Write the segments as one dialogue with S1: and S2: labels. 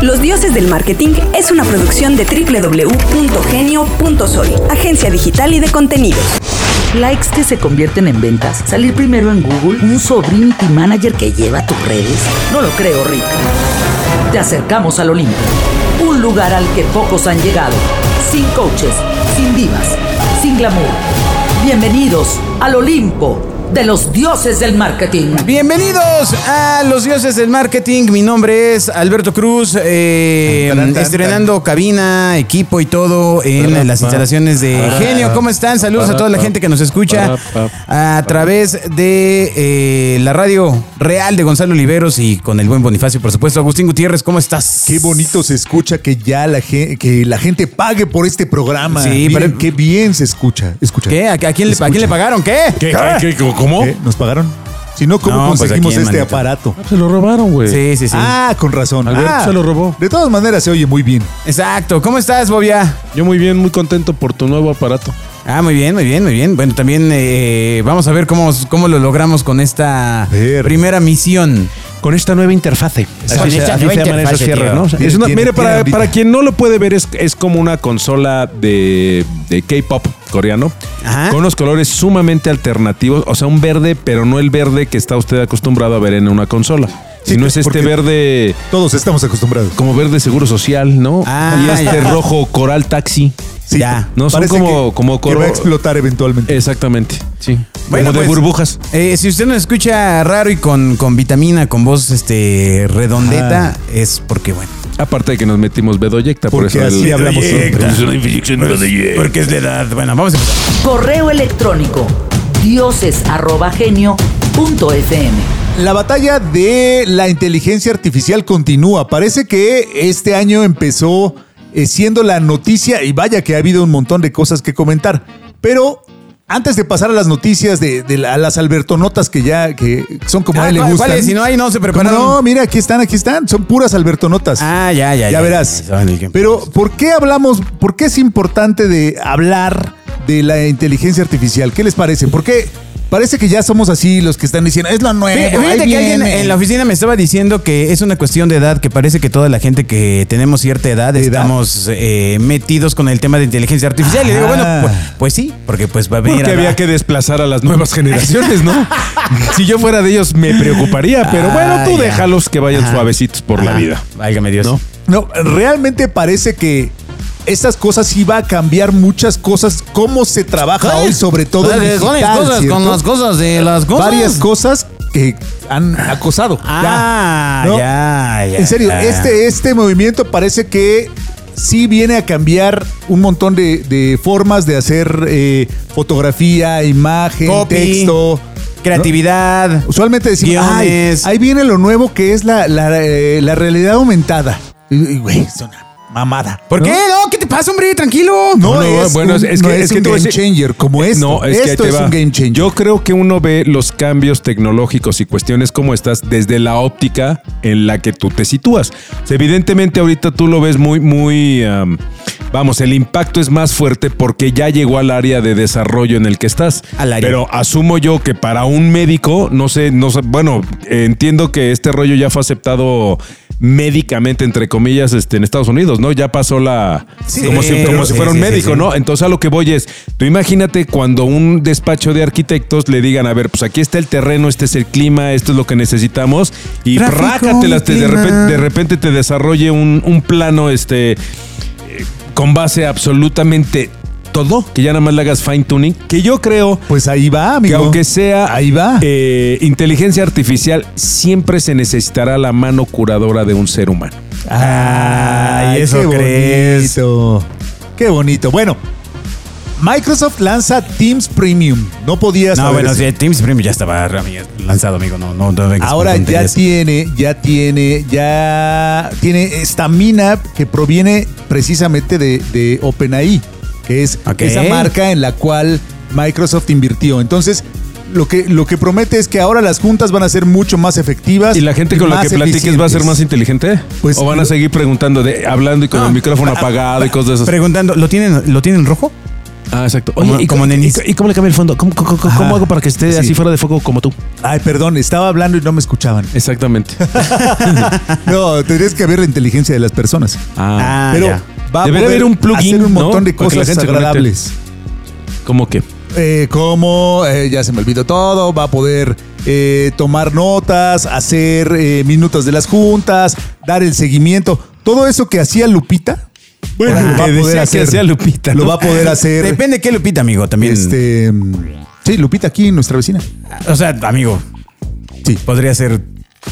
S1: Los Dioses del Marketing es una producción de www.genio.soy, agencia digital y de contenidos.
S2: Likes que se convierten en ventas, salir primero en Google, un sobrinity manager que lleva tus redes. No lo creo, Rick. Te acercamos al Olimpo, un lugar al que pocos han llegado, sin coaches, sin divas, sin glamour. Bienvenidos al Olimpo de los dioses del marketing.
S3: Bienvenidos a Los Dioses del Marketing. Mi nombre es Alberto Cruz, eh,
S4: Tan, tan,
S3: estrenando cabina, equipo y todo en
S4: Para,
S3: las
S4: pa.
S3: instalaciones de
S4: Para,
S3: Genio.
S4: pa.
S3: ¿Cómo están? Saludos a
S4: Para,
S3: toda la
S4: pa.
S3: gente que nos escucha
S4: Para, pa,
S3: a través de eh, la radio real de Gonzalo Oliveros y con el buen Bonifacio, por supuesto. Agustín Gutiérrez, ¿cómo estás?
S4: Qué bonito se escucha que ya la gente, que la gente pague por este programa.
S3: Sí,
S4: Miren
S3: pero-
S4: qué bien se escucha. Escucha.
S3: ¿Qué? ¿A, a quién, le- a quién le
S4: Escucha.
S3: pagaron? ¿Qué?
S5: ¿Qué, qué, qué, cómo
S4: ¿Qué? ¿Nos pagaron? Si no, ¿cómo
S3: No, pues, ¿a
S4: conseguimos
S3: quién,
S4: este
S3: manito?
S4: aparato?
S5: Se lo robaron, güey.
S3: Sí, sí, sí.
S4: Ah, con razón.
S5: Alberto
S4: Ah,
S5: se lo robó.
S4: De todas maneras, se oye muy bien.
S3: Exacto. ¿Cómo estás, Bobia?
S5: Yo muy bien, muy contento por tu nuevo aparato.
S3: Ah, muy bien, muy bien, muy bien. Bueno, también eh, vamos a ver cómo, cómo lo logramos con esta
S4: Ver.
S3: primera misión.
S5: Con esta nueva interfase.
S3: Con
S5: Así se,
S3: esta
S5: así
S3: nueva
S5: se llaman
S3: interfase,
S5: esas sierras,
S3: tío.
S5: ¿no? O sea,
S4: Tiene-
S5: es una-
S4: tiene-
S5: mire, para,
S4: tiene
S5: para
S4: vida.
S5: quien no lo puede ver, es, es como una consola de, de K-pop coreano.
S3: Ajá.
S5: Con unos colores sumamente alternativos. O sea, un verde, pero no el verde que está usted acostumbrado a ver en una consola.
S4: Sí,
S5: sino es este
S4: porque-
S5: verde
S4: Todos estamos acostumbrados.
S5: como verde seguro social, ¿no?
S3: Ah,
S5: y este
S3: ya.
S5: rojo coral taxi.
S4: Sí,
S3: Ya.
S5: No, son
S4: parece
S5: como-
S4: que,
S5: como Eh,
S4: que
S5: coro-
S4: va a explotar eventualmente.
S5: Exactamente, sí.
S3: Bueno,
S5: como de
S3: pues,
S5: burbujas.
S3: eh, si usted nos escucha raro y con, con vitamina, con voz este redondeta,
S4: Ah.
S3: es porque, bueno.
S5: Aparte de que nos metimos bedoyecta, por
S4: Porque
S5: eso el-
S4: así hablamos siempre.
S3: Porque es la edad. Bueno, vamos a empezar.
S2: Correo electrónico dioses@genio.fm.
S4: La batalla de la inteligencia artificial continúa. Parece que este año empezó eh, siendo la noticia y vaya que ha habido un montón de cosas que comentar. Pero antes de pasar a las noticias de, de la- a las albertonotas que ya que son como
S3: Ah,
S4: a él le
S3: ¿cuál-
S4: gustan.
S3: cuál es? Si no hay, no se prepararon.
S4: No, mira, aquí están, aquí están. Son puras albertonotas.
S3: Ah, ya, ya.
S4: Ya verás. Pero ¿por qué hablamos? ¿Por qué es importante de hablar de la inteligencia artificial? ¿Qué les parece? ¿Por qué? Parece que ya somos así los que están diciendo, es lo nuevo.
S3: Fí-
S4: ahí
S3: Fíjate que alguien
S4: viene".
S3: en la oficina me estaba diciendo que es una cuestión de edad, que parece que toda la gente que tenemos cierta edad
S4: De edad.
S3: estamos eh, metidos con el tema de inteligencia artificial. Y digo, bueno,
S4: Ah.
S3: pues, pues sí, porque pues va a venir
S5: Porque
S3: a la-
S5: había que desplazar a las nuevas generaciones, ¿no? si yo fuera de ellos me preocuparía, pero bueno,
S3: Ah,
S5: tú
S3: ya.
S5: déjalos que vayan
S3: Ajá.
S5: suavecitos por la
S3: Ajá.
S5: vida.
S3: Ah, Válgame Dios.
S5: ¿No?
S4: No, realmente parece que estas cosas sí va a cambiar muchas cosas, cómo se trabaja hoy, sobre todo en
S3: con las
S4: digital,
S3: cosas,
S4: ¿cierto?
S3: con las cosas de las cosas.
S4: Varias cosas que han acosado.
S3: Ah,
S4: ¿no?
S3: ya, ya.
S4: En serio,
S3: ya.
S4: este, este movimiento parece que sí viene a cambiar un montón de, de formas de hacer eh, fotografía, imagen,
S3: Copy,
S4: texto.
S3: Creatividad.
S4: Usualmente decimos, "Ay,
S3: Guiones.
S4: ahí viene lo nuevo que es la, la, eh, la realidad aumentada. Y, y, Güey, es una mamada.
S3: ¿Por
S4: ¿no?
S3: qué? No, ¿qué te pasa, hombre? Tranquilo.
S4: No,
S5: No,
S4: es
S5: bueno,
S4: un,
S5: es- es
S4: no
S5: que-
S4: es
S5: es que
S4: un
S5: te voy a
S4: game
S5: decir- eh,
S4: changer como esto.
S5: No, es que ahí
S4: esto
S5: te
S4: es
S5: va.
S4: un game changer.
S5: Yo creo que uno ve los cambios tecnológicos y cuestiones como estas desde la óptica en la que tú te sitúas. O sea, evidentemente ahorita tú lo ves muy, muy... am, vamos, el impacto es más fuerte porque ya llegó al área de desarrollo en el que estás.
S3: Al área.
S5: Pero asumo yo que para un médico, no sé, no sé, bueno, eh, entiendo que este rollo ya fue aceptado médicamente, entre comillas, este, en Estados Unidos, ¿no? Ya pasó la...
S3: Sí,
S5: como si, como
S3: pero-
S5: si fuera
S3: sí,
S5: un
S3: sí, sí,
S5: médico,
S3: sí.
S5: ¿no? Entonces a lo que voy es, tú imagínate cuando un despacho de arquitectos le digan, a ver, pues aquí está el terreno, este es el clima, esto es lo que necesitamos, y
S3: Tráfico,
S5: rácatelas, te- de,
S3: clima.
S5: repente, de repente te desarrolle un, un plano este, eh, con base a absolutamente todo, que ya nada más le hagas fine tuning, que yo creo
S4: pues ahí va,
S5: que
S4: amigo.
S5: aunque sea
S4: Ahí va.
S5: eh, inteligencia artificial, siempre se necesitará la mano curadora de un ser humano.
S3: Ay, eso
S4: qué
S3: crees.
S4: bonito. Qué bonito. Bueno, Microsoft lanza Teams Premium. No podías
S3: No,
S4: saber
S3: bueno,
S4: eso.
S3: sí, Teams Premium ya estaba amigo, lanzado, amigo. No, no, no vengas con
S4: Ahora ya
S3: tonterías.
S4: tiene, ya tiene, ya tiene estamina que proviene precisamente de, de OpenAI, que es
S3: Ok.
S4: esa marca en la cual Microsoft invirtió. Entonces, lo que, lo que promete es que ahora las juntas van a ser mucho más efectivas.
S5: ¿Y la gente con la
S4: más
S5: que platiques va a ser
S4: eficientes.
S5: más inteligente?
S4: Pues,
S5: ¿O van a
S4: lo-
S5: seguir preguntando, de, hablando y con el micrófono apagado y cosas de esas?
S3: Preguntando, ¿lo tienen, ¿lo tienen rojo?
S5: Ah, exacto.
S3: Como-
S5: Oye, ¿y,
S3: como
S5: cómo-
S3: nenis.
S5: y- y cómo le cambia el fondo? ¿Cómo, cómo- cómo- cómo
S4: Ajá.
S5: hago para que esté
S4: Sí.
S5: así fuera de foco como tú?
S4: Ay, perdón, estaba hablando y no me escuchaban.
S5: Exactamente.
S4: No, tendrías que ver la inteligencia de las personas.
S5: Ah,
S3: Ah,
S4: Pero
S3: ya.
S4: va a
S5: Debería
S4: poder
S5: haber un plugin,
S4: hacer un
S5: ¿no?
S4: montón de
S5: Para que la
S4: cosas
S5: gente se conecte.
S4: agradables.
S5: ¿Cómo que?
S4: Eh, como eh, ya se me olvidó todo, va a poder eh, tomar notas, hacer eh, minutas de las juntas, dar el seguimiento. Todo eso que hacía Lupita,
S5: Bueno,
S4: ahora
S5: que decía que hacía Lupita, ¿no?
S4: Lo va a poder hacer.
S3: Depende qué Lupita, amigo, también.
S4: Este, sí, Lupita aquí, nuestra vecina.
S3: O sea, amigo.
S4: Sí.
S3: Podría ser.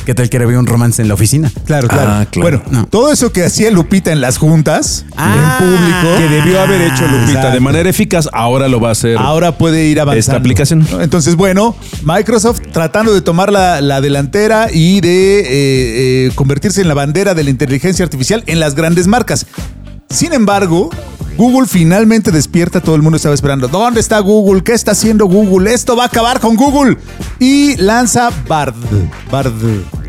S3: ¿Qué tal que era había un romance en la oficina?
S4: Claro, claro.
S5: Ah, claro.
S4: Bueno,
S3: No.
S4: todo eso que hacía Lupita en las juntas,
S3: Ah,
S4: en público,
S5: Que debió haber hecho Lupita
S4: Exacto.
S5: de manera eficaz, ahora lo va a hacer.
S4: Ahora puede ir avanzando.
S5: Esta aplicación.
S4: ¿no? Entonces, bueno, Microsoft tratando de tomar la, la delantera y de eh, eh, convertirse en la bandera de la inteligencia artificial en las grandes marcas. Sin embargo, Google finalmente despierta, todo el mundo estaba esperando. ¿Dónde está Google? ¿Qué está haciendo Google? Esto va a acabar con Google. Y lanza Bard. Bard.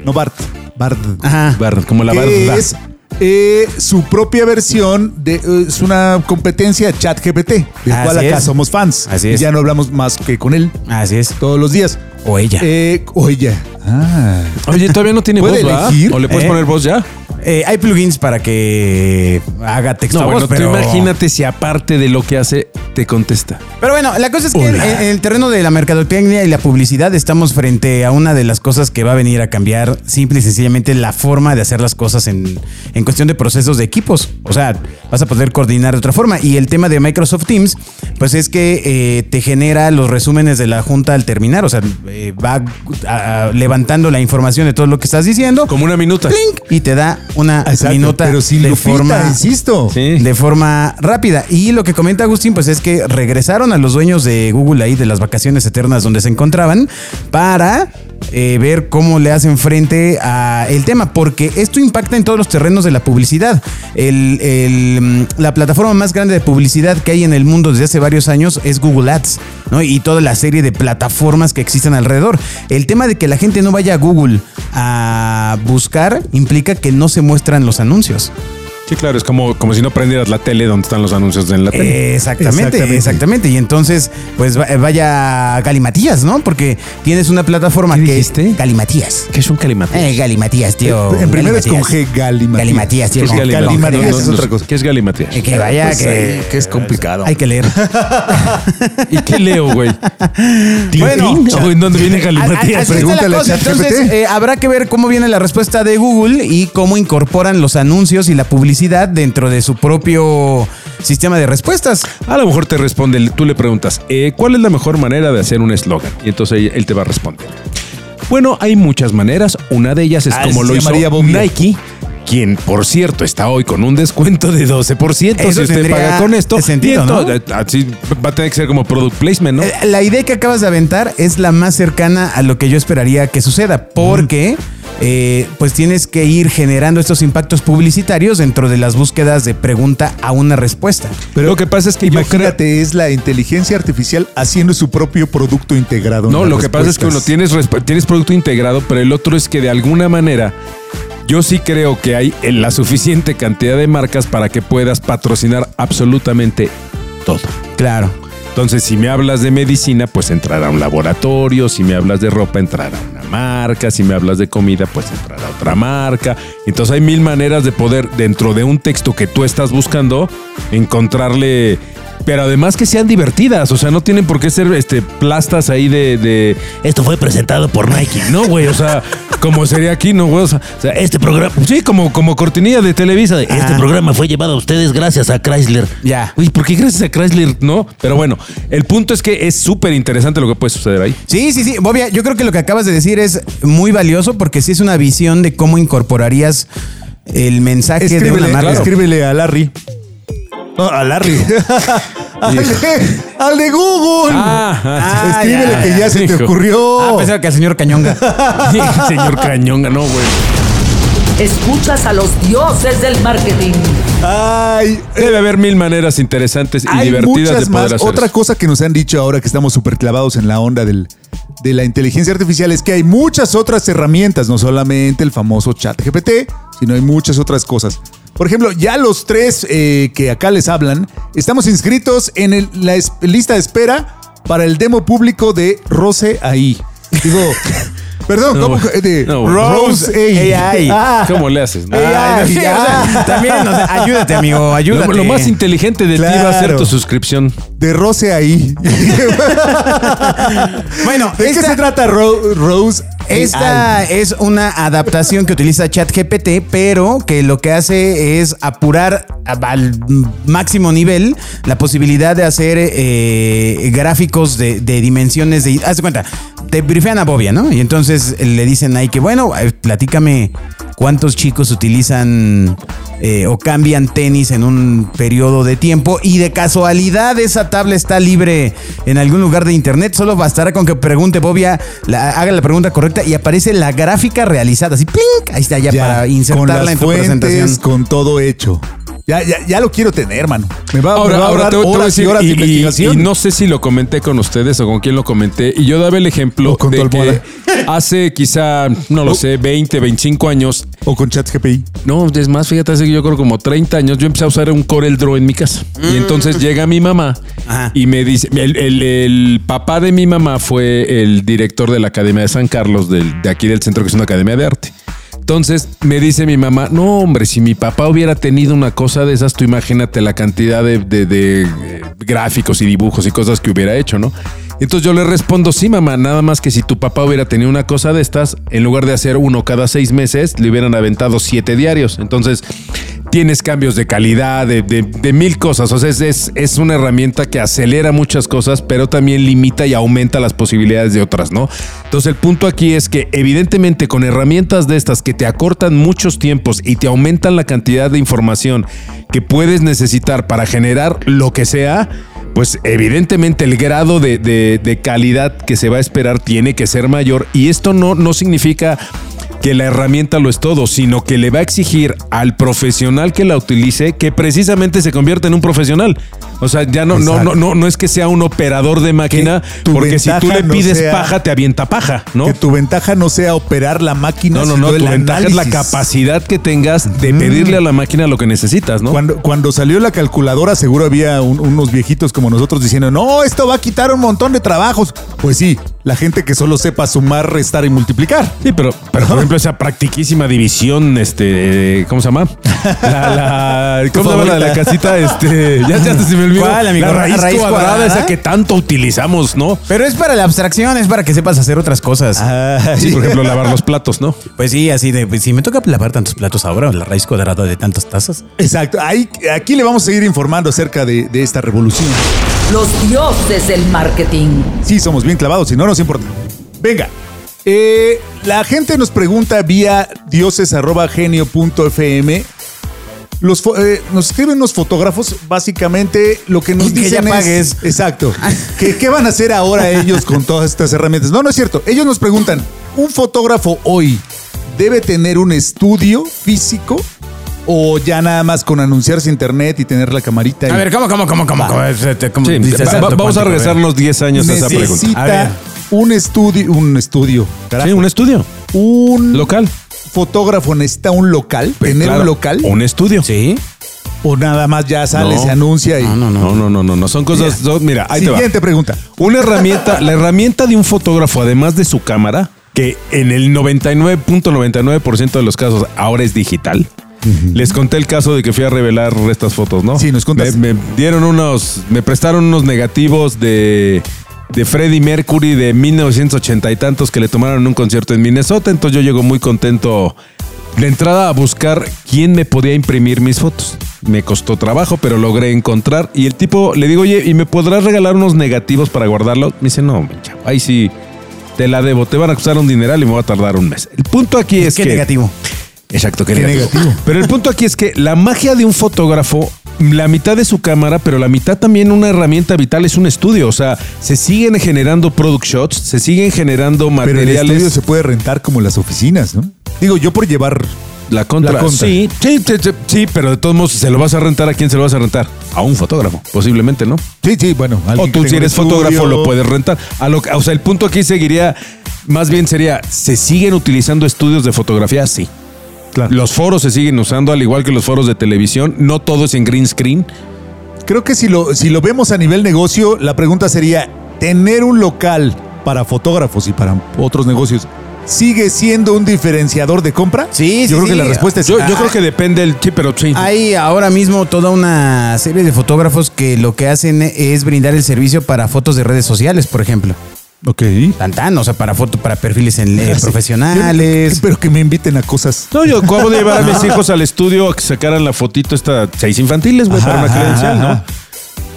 S4: No Bart. Bard.
S3: Ajá.
S5: Bar- como la
S4: que
S5: barba.
S4: es eh, su propia versión de eh, es una competencia chat GPT, del
S3: Así
S4: cual acá
S3: es.
S4: somos fans.
S3: Así
S4: Y
S3: es.
S4: ya no hablamos más que con él
S3: Así es.
S4: todos los días.
S3: O ella.
S4: Eh, oye. Ah.
S5: Oye, todavía no tiene voz,
S4: ¿Puede
S5: ¿verdad?
S4: elegir?
S5: ¿O le puedes
S3: ¿Eh?
S5: poner voz ya?
S3: Eh, hay plugins para que haga texto.
S5: No,
S3: a voz,
S5: bueno, tú
S3: pero-
S5: imagínate si aparte de lo que hace, te contesta.
S3: Pero bueno, la cosa es que en, en el terreno de la mercadotecnia y la publicidad estamos frente a una de las cosas que va a venir a cambiar simple y sencillamente la forma de hacer las cosas en, en cuestión de procesos de equipos. O sea, vas a poder coordinar de otra forma. Y el tema de Microsoft Teams, pues es que eh, te genera los resúmenes de la junta al terminar. O sea, eh, va a- a- levantando la información de todo lo que estás diciendo.
S5: Como una minuta.
S3: ¡Clink! Y te da una
S4: Exacto,
S3: minuta
S4: pero sin
S3: de
S4: Lupita,
S3: forma
S4: insisto.
S5: Sí.
S3: de forma rápida. Y lo que comenta Agustín, pues es que regresaron a los dueños de Google ahí de las vacaciones eternas donde se encontraban para eh, ver cómo le hacen frente a el tema, porque esto impacta en todos los terrenos de la publicidad. El- el, mm, la plataforma más grande de publicidad que hay en el mundo desde hace varios años es Google Ads, ¿no? Y toda la serie de plataformas que existen alrededor. El tema de que la gente no vaya a Google a buscar implica que no se muestran los anuncios.
S5: Sí, claro, es como, como si no prendieras la tele donde están los anuncios en la tele.
S3: Eh, Exactamente, exactamente,
S4: Exactamente.
S3: Y entonces, pues va- vaya Galimatías, ¿no? Porque tienes una plataforma
S5: ¿Qué
S3: que.
S5: dijiste?
S3: Galimatías.
S5: ¿Qué es un calimateo?
S3: Eh, Galimatías, tío.
S4: En primera es con
S3: Galimatías.
S4: G, Galimatías.
S3: Galimatías, tío.
S5: ¿Qué es
S3: con
S5: galimatías?
S3: Galimatías.
S4: Galimatías
S5: No, no,
S4: es
S5: no,
S4: otra cosa.
S5: ¿Qué es galimatías?
S3: Eh, Que vaya,
S4: Pues,
S3: que.
S4: eh, que es complicado.
S3: Hay que leer.
S5: ¿Y qué leo, güey? ¿Tintín? ¿O ¿En dónde viene
S3: Ah, ah,
S5: galimatías?
S3: así está
S4: Pregúntale
S3: la
S4: a
S3: cosa.
S4: ChatGPT.
S3: Entonces, eh, habrá que ver cómo viene la respuesta de Google y cómo incorporan los anuncios y la publicidad dentro de su propio sistema de respuestas.
S5: A lo mejor te responde, tú le preguntas, eh, ¿cuál es la mejor manera de hacer un eslogan? Y entonces él- él te va a responder. Bueno, hay muchas maneras. Una de ellas es
S4: Ah,
S5: como
S4: se
S5: lo hizo
S4: llamaría Bob Dylan.
S5: Nike, quien, por cierto, está hoy con un descuento de 12%.
S3: Eso
S5: si usted
S3: tendría
S5: paga con esto,
S3: sentido,
S5: y entonces, así va a tener que ser como product placement, ¿no?
S3: Eh, La idea que acabas de aventar es la más cercana a lo que yo esperaría que suceda, porque eh, pues tienes que ir generando estos impactos publicitarios dentro de las búsquedas de pregunta a una respuesta.
S5: Pero lo que pasa es que yo creo...
S4: Imagínate, es la inteligencia artificial haciendo su propio producto integrado. en
S5: No,
S4: las
S5: lo que pasa es que uno
S4: respuestas.
S5: tienes, resp- tienes producto integrado, pero el otro es que de alguna manera yo sí creo que hay en la suficiente cantidad de marcas para que puedas patrocinar absolutamente todo.
S3: Claro.
S5: Entonces, si me hablas de medicina, pues entrar a un laboratorio, si me hablas de ropa, entrar a una marca, si me hablas de comida, pues entrar a otra marca. Entonces hay mil maneras de poder, dentro de un texto que tú estás buscando, encontrarle... Pero además que sean divertidas, o sea, no tienen por qué ser este, plastas ahí de, de,
S6: Esto fue presentado por Nike.
S5: no, güey, o sea, como sería aquí, no, güey, o sea, o sea,
S6: Este programa,
S5: sí, como, como cortinilla de Televisa. de,
S6: este programa fue llevado a ustedes gracias a Chrysler.
S3: Ya.
S5: Uy, ¿por qué gracias a Chrysler no? Pero bueno, el punto es que es súper interesante lo que puede suceder ahí.
S3: Sí, sí, sí. Bobia, yo creo que lo que acabas de decir es muy valioso porque sí es una visión de cómo incorporarías el mensaje de una
S4: Escríbele,
S3: marca.
S4: escríbele a Larry. No, a Larry. al, de, al de Google.
S5: Ah,
S3: Ah,
S4: escríbele
S3: ya,
S4: que ya,
S5: ya,
S4: se
S5: hijo.
S4: te ocurrió.
S3: Ah, pensaba que al señor Cañonga.
S5: ah. señor Cañonga, no, güey.
S2: Escuchas a los dioses del marketing.
S4: Ay,
S5: Debe haber mil maneras interesantes este, y
S4: hay
S5: divertidas de
S4: muchas
S5: poder
S4: más.
S5: hacer
S4: Otra
S5: eso.
S4: cosa que nos han dicho ahora que estamos súper clavados en la onda del, de la inteligencia artificial es que hay muchas otras herramientas, no solamente el famoso chat GPT, sino hay muchas otras cosas. Por ejemplo, ya los tres eh, que acá les hablan, estamos inscritos en el- la es- lista de espera para el demo público de Rose AI. Digo, perdón,
S5: No,
S4: ¿cómo?
S5: bueno.
S4: De
S5: No, bueno.
S4: Rose AI. Ah,
S5: ¿Cómo le haces? no?
S4: AI.
S7: Ah, sí, o sea, también, o sea, ayúdate, amigo,
S5: Lo,
S7: ayúdate.
S5: lo más inteligente de ti va a ser
S4: Claro.
S5: tu suscripción.
S4: de Rose AI.
S7: Bueno,
S4: ¿De qué
S7: esta-
S4: se trata Ro- Rose AI?
S7: Esta es una adaptación que utiliza ChatGPT, pero que lo que hace es apurar a- al máximo nivel la posibilidad de hacer eh, gráficos de, de dimensiones de... Haz de cuenta, te brifean a Bobia, ¿no? Y entonces le dicen ahí que, bueno, eh, platícame cuántos chicos utilizan eh, o cambian tenis en un periodo de tiempo y de casualidad esa tabla está libre en algún lugar de internet. Solo bastará con que pregunte Bobia, la- haga la pregunta correcta y aparece la gráfica realizada. Así, ¡plink! Ahí está ya,
S4: Ya,
S7: para
S4: con
S7: insertarla
S4: las
S7: en tu
S4: fuentes,
S7: presentación.
S4: Con todo hecho. Ya, ya, ya lo quiero tener, mano. Me va, me va a ahorrar
S5: te- te voy a
S4: horas y
S5: decir,
S4: horas de
S5: y- y-
S4: investigación.
S5: y no sé si lo comenté con ustedes o con quién lo comenté. Y yo daba el ejemplo
S4: O con tu
S5: de que
S4: almohada.
S5: hace quizá, no lo sé, 20, 25 años.
S4: O con ChatGPI.
S5: No, es más, fíjate, hace que yo creo como 30 años yo empecé a usar un Corel Draw en mi casa. Y entonces llega mi mamá
S7: Ajá.
S5: y me dice, el, el- el papá de mi mamá fue el director de la Academia de San Carlos, del- de aquí del centro, que es una academia de arte. Entonces me dice mi mamá, no hombre, si mi papá hubiera tenido una cosa de esas, tú imagínate la cantidad de, de- de, eh, gráficos y dibujos y cosas que hubiera hecho, ¿no? Entonces yo le respondo, sí mamá, nada más que si tu papá hubiera tenido una cosa de estas, en lugar de hacer uno cada seis meses, le hubieran aventado siete diarios. Entonces tienes cambios de calidad, de, de- de mil cosas. O sea, es, es, es una herramienta que acelera muchas cosas, pero también limita y aumenta las posibilidades de otras, ¿no? Entonces, el punto aquí es que, evidentemente, con herramientas de estas que te acortan muchos tiempos y te aumentan la cantidad de información que puedes necesitar para generar lo que sea, pues evidentemente el grado de, de- de calidad que se va a esperar tiene que ser mayor y esto no, no significa que la herramienta lo es todo, sino que le va a exigir al profesional que la utilice que precisamente se convierta en un profesional. O sea, ya no, no, no,
S4: Exacto.
S5: no, no es que sea un operador de máquina,
S4: Que tu
S5: porque si tú
S4: ventaja
S5: le
S4: no
S5: pides
S4: sea-
S5: paja, te avienta paja, ¿no?
S4: Que tu ventaja no sea operar la máquina.
S5: No, no,
S4: sino
S5: no,
S4: el
S5: tu ventaja es la
S4: análisis. Mm.
S5: capacidad que tengas de pedirle a la máquina lo que necesitas, ¿no?
S4: Cuando, cuando salió la calculadora, seguro había un- unos viejitos como nosotros diciendo, no, esto va a quitar un montón de trabajos. Pues sí, la gente que solo sepa sumar, restar y multiplicar.
S5: Sí, pero, pero por ejemplo, esa practiquísima división, este, ¿cómo se llama? La, la- ¿Cómo se llama la de la casita? Este, ya, ya se me olvidó.
S7: ¿Cuál, amigo?
S5: La raíz,
S7: ¿Raíz
S5: cuadrada,
S7: cuadrada?
S5: esa que tanto utilizamos, ¿no?
S7: Pero es para la abstracción, es para que sepas hacer otras cosas.
S5: Ah, Sí, por ejemplo, lavar los platos, ¿no?
S7: Pues sí, así de, pues, si me toca lavar tantos platos ahora, la raíz cuadrada de tantas tazas.
S4: Exacto. Ahí, aquí le vamos a seguir informando acerca de, de esta revolución.
S2: Los dioses del marketing.
S4: Sí, somos bien clavados y no nos importa. Venga, eh, la gente nos pregunta vía dioses.genio.fm. Los fo- eh, nos escriben los fotógrafos, básicamente lo que nos
S7: Que
S4: dicen
S7: ya
S4: es.
S7: pagues.
S4: Exacto. que, ¿Qué van a hacer ahora ellos con todas estas herramientas? No, no es cierto. Ellos nos preguntan: ¿un fotógrafo hoy debe tener un estudio físico o ya nada más con anunciarse internet y tener la camarita? y-
S7: A ver, ¿cómo, cómo, cómo, cómo? cómo? ¿Cómo
S5: Sí,
S7: dices
S5: va-
S7: salto
S5: va- vamos a
S7: cuántico? ver.
S5: regresarnos 10 años a esa pregunta.
S7: A ver.
S4: Necesita un estudio, un estudio, carajo.
S5: Sí, un estudio
S4: un
S5: local.
S4: fotógrafo necesita un local, tener
S5: Pues Claro,
S4: un local
S5: Un estudio.
S7: Sí.
S4: o nada más ya sale,
S5: No.
S4: se anuncia y
S5: No, no, no, no, no, no, no, Son cosas. son- mira, ahí te va.
S4: siguiente pregunta.
S5: Una herramienta, la herramienta de un fotógrafo, además de su cámara, que en el 99.99% de los casos ahora es digital. Les conté el caso de que fui a revelar estas fotos, ¿no?
S4: Sí, nos contaste.
S5: Me, me dieron unos, me prestaron unos negativos de, de Freddie Mercury de 1980 y tantos que le tomaron en un concierto en Minnesota. Entonces yo llego muy contento de entrada a buscar quién me podía imprimir mis fotos. Me costó trabajo, pero logré encontrar. Y el tipo le digo, oye, ¿y me podrás regalar unos negativos para guardarlos? Me dice, no, chavo, ahí sí te la debo. Te van a costar un dineral y me va a tardar un mes. El punto aquí es
S7: Qué
S5: que.
S7: negativo.
S5: Exacto, qué,
S4: Qué
S5: negativo.
S4: negativo.
S5: Pero el punto aquí es que la magia de un fotógrafo, la mitad de su cámara, pero la mitad también una herramienta vital es un estudio. O sea, se siguen generando product shots, se siguen generando
S4: Pero el estudio
S5: materiales.
S4: se puede rentar como las oficinas, ¿no? Digo, yo por llevar
S5: la contra.
S4: la contra.
S5: Sí, sí, sí, sí, sí, pero de todos modos, ¿se lo vas a rentar a quién se lo vas a rentar? A un fotógrafo, posiblemente, ¿no?
S4: Sí, sí, bueno,
S5: O
S4: alguien que
S5: tú si
S4: tenga
S5: eres
S4: un
S5: fotógrafo
S4: estudio.
S5: lo puedes rentar. A lo, que- o sea, el punto aquí seguiría, más bien sería, ¿se siguen utilizando estudios de fotografía? Sí.
S4: claro.
S5: Los foros se siguen usando, al igual que los foros de televisión. No todo es en green screen.
S4: Creo que si lo, si lo vemos a nivel negocio, la pregunta sería, ¿tener un local para fotógrafos y para otros negocios sigue siendo un diferenciador de compra?
S7: Sí, sí,
S4: Yo creo
S7: sí.
S4: que la respuesta es ah,
S5: Yo,
S4: sí.
S5: yo creo que depende el sí, pero sí.
S7: Hay ahora mismo toda una serie de fotógrafos que lo que hacen es brindar el servicio para fotos de redes sociales, por ejemplo.
S4: Ok.
S7: Tan tan, o sea, para fotos, para perfiles en, eh,
S4: Así.
S7: profesionales.
S4: Pero que me inviten a cosas.
S5: No, yo acabo de llevar a mis hijos al estudio a que sacaran la fotito esta seis infantiles, güey, para una
S4: ajá,
S5: credencial,
S4: ajá.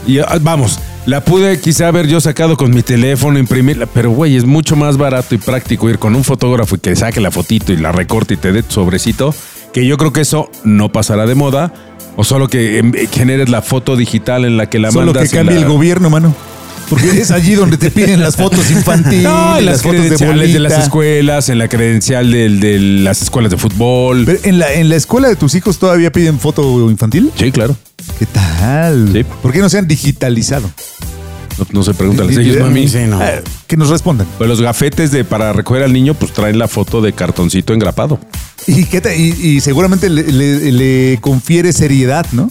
S5: ¿no? Y ah, vamos, la pude quizá haber yo sacado con mi teléfono, imprimirla, pero güey, es mucho más barato y práctico ir con un fotógrafo y que saque la fotito y la recorte y te dé tu sobrecito, que yo creo que eso no pasará de moda, o solo que em, eh, generes la foto digital en la que la
S4: Solo que
S5: mandas. y
S4: cambie
S5: la-
S4: el gobierno, mano. Porque es allí donde te piden las fotos infantiles,
S5: No, en las,
S4: las, fotos de
S5: credenciales de, las
S4: bolita.
S5: escuelas, en la credencial del- de las escuelas de fútbol.
S4: Pero en la, en la escuela de tus hijos todavía piden foto infantil.
S5: sí, claro.
S4: ¿Qué tal?
S5: Sí.
S4: ¿Por qué no se han digitalizado?
S5: No, no se pregunta a las ellos, mami.
S7: Sí, no.
S4: Ah, Que nos respondan.
S5: Pues los gafetes de para recoger al niño, pues traen la foto de cartoncito engrapado.
S4: Y, qué ta- y- y seguramente le, le- le confiere seriedad, ¿no?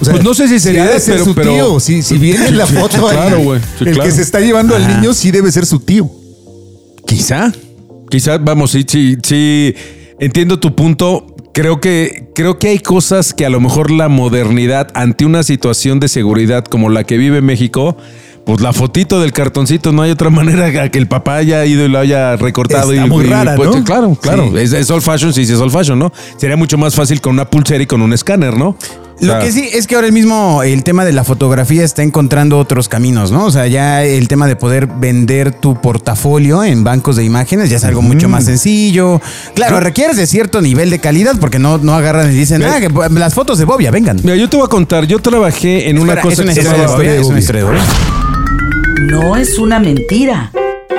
S4: O
S5: Pues no sé
S4: ha
S5: si
S4: de
S5: seriedad,
S4: ser
S5: pero-
S4: su
S5: pero-
S4: tío. Si, si viene en la
S5: Sí, sí,
S4: foto ahí,
S5: claro, güey. Sí,
S4: el
S5: claro.
S4: que se está llevando al niño sí debe ser su tío.
S5: Quizá. Quizá, vamos, sí, sí, sí. Entiendo tu punto. Creo que, creo que hay cosas que a lo mejor la modernidad, ante una situación de seguridad como la que vive México, pues la fotito del cartoncito, no hay otra manera a que el papá haya ido y lo haya recortado.
S4: Está
S5: y,
S4: muy
S5: y
S4: rara,
S5: puesto.
S4: ¿no?
S5: Claro, claro.
S4: Sí.
S5: Es, es old fashion, sí, sí, es old fashion, ¿no? Sería mucho más fácil con una pulsera y con un escáner, ¿no?
S7: Lo
S5: O sea,
S7: que sí es que ahora mismo el tema de la fotografía está encontrando otros caminos, ¿no? O sea, ya el tema de poder vender tu portafolio en bancos de imágenes ya es algo mucho más sencillo. Claro, requieres de cierto nivel de calidad porque no, no agarran y dicen,
S5: ¿Ves?
S7: ah, que, pues, las fotos de Bobia, vengan.
S5: Mira, yo te voy a contar, yo trabajé en una
S7: Espera,
S5: cosa
S7: es una
S5: que se
S7: historia de
S5: llamaba-
S7: Bobia, es una historia de Bobia.
S2: No es una mentira.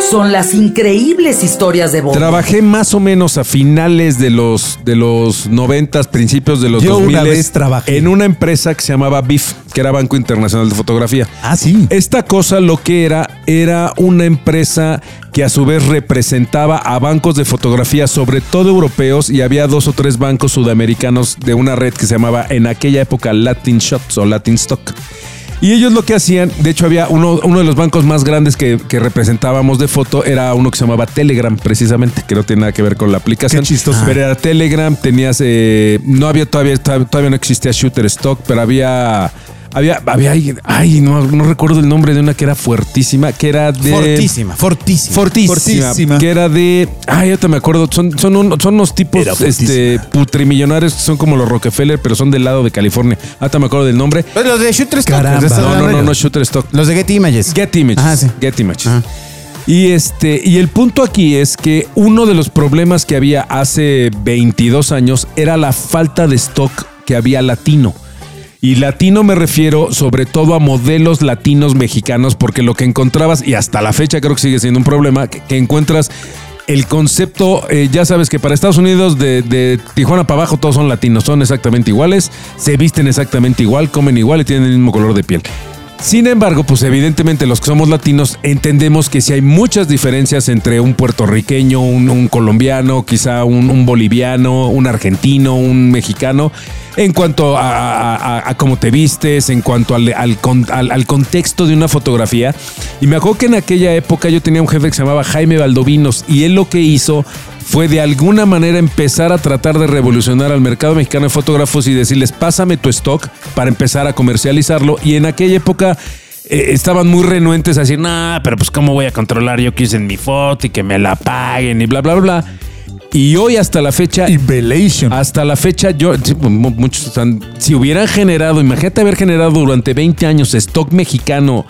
S2: Son las increíbles historias de Bob.
S5: Trabajé más o menos a finales de los de los noventas, principios de los
S4: Yo
S5: 2000
S4: una vez trabajé.
S5: en una empresa que se llamaba BIF, que era Banco Internacional de Fotografía.
S4: Ah, sí.
S5: Esta cosa lo que era era una empresa que a su vez representaba a bancos de fotografía, sobre todo europeos, y había dos o tres bancos sudamericanos de una red que se llamaba en aquella época Latin Shots o Latin Stock. Y ellos lo que hacían, de hecho había uno, uno de los bancos más grandes que, que representábamos de foto, era uno que se llamaba Telegram, precisamente, que no tiene nada que ver con la aplicación.
S4: Qué chistoso.
S5: Pero era Telegram, tenías, eh, no había todavía, todavía no existía Shooter Stock, pero había... Había, había alguien- ay, no, no recuerdo el nombre de una que era fuertísima, que era de...
S7: Fortísima, fortísima.
S5: Fortísima,
S4: Fortísima.
S5: Que era de. Ay, yo te me acuerdo. Son, son, un- son unos tipos
S4: Era
S5: este,
S4: fortísima.
S5: putrimillonarios que son como los Rockefeller, pero son del lado de California. Ah, te me acuerdo del nombre.
S7: Pues los de Shooter Stock,
S4: Caramba.
S7: los de Estados
S5: Ah, No, no, no,
S7: Unidos.
S5: no, Shooter Stock.
S7: Los de Getty Images.
S5: Get Images.
S7: Ajá, Ah, sí.
S5: Get Images.
S7: Ajá.
S5: Y, este, y el punto aquí es que uno de los problemas que había hace 22 años era la falta de stock que había latino. Y latino me refiero sobre todo a modelos latinos mexicanos, porque lo que encontrabas, y hasta la fecha creo que sigue siendo un problema, que, que encuentras el concepto, eh, ya sabes que para Estados Unidos de, de Tijuana para abajo todos son latinos, son exactamente iguales, se visten exactamente igual, comen igual y tienen el mismo color de piel. Sin embargo, pues evidentemente los que somos latinos entendemos que si hay muchas diferencias entre un puertorriqueño, un, un colombiano, quizá un, un boliviano, un argentino, un mexicano, en cuanto a, a- a- a cómo te vistes, en cuanto al, al con- al- al contexto de una fotografía. Y me acuerdo que en aquella época yo tenía un jefe que se llamaba Jaime Valdovinos y él lo que hizo fue de alguna manera empezar a tratar de revolucionar al mercado mexicano de fotógrafos y decirles, pásame tu stock para empezar a comercializarlo. Y en aquella época eh, estaban muy renuentes a decir, nah, pero pues cómo voy a controlar yo que hice en mi foto y que me la paguen y bla, bla, bla. Y hoy hasta la fecha...
S4: Y Velation.
S5: Hasta la fecha, yo, sí, mu- mu- muchos están- si hubieran generado, imagínate haber generado durante 20 años stock mexicano,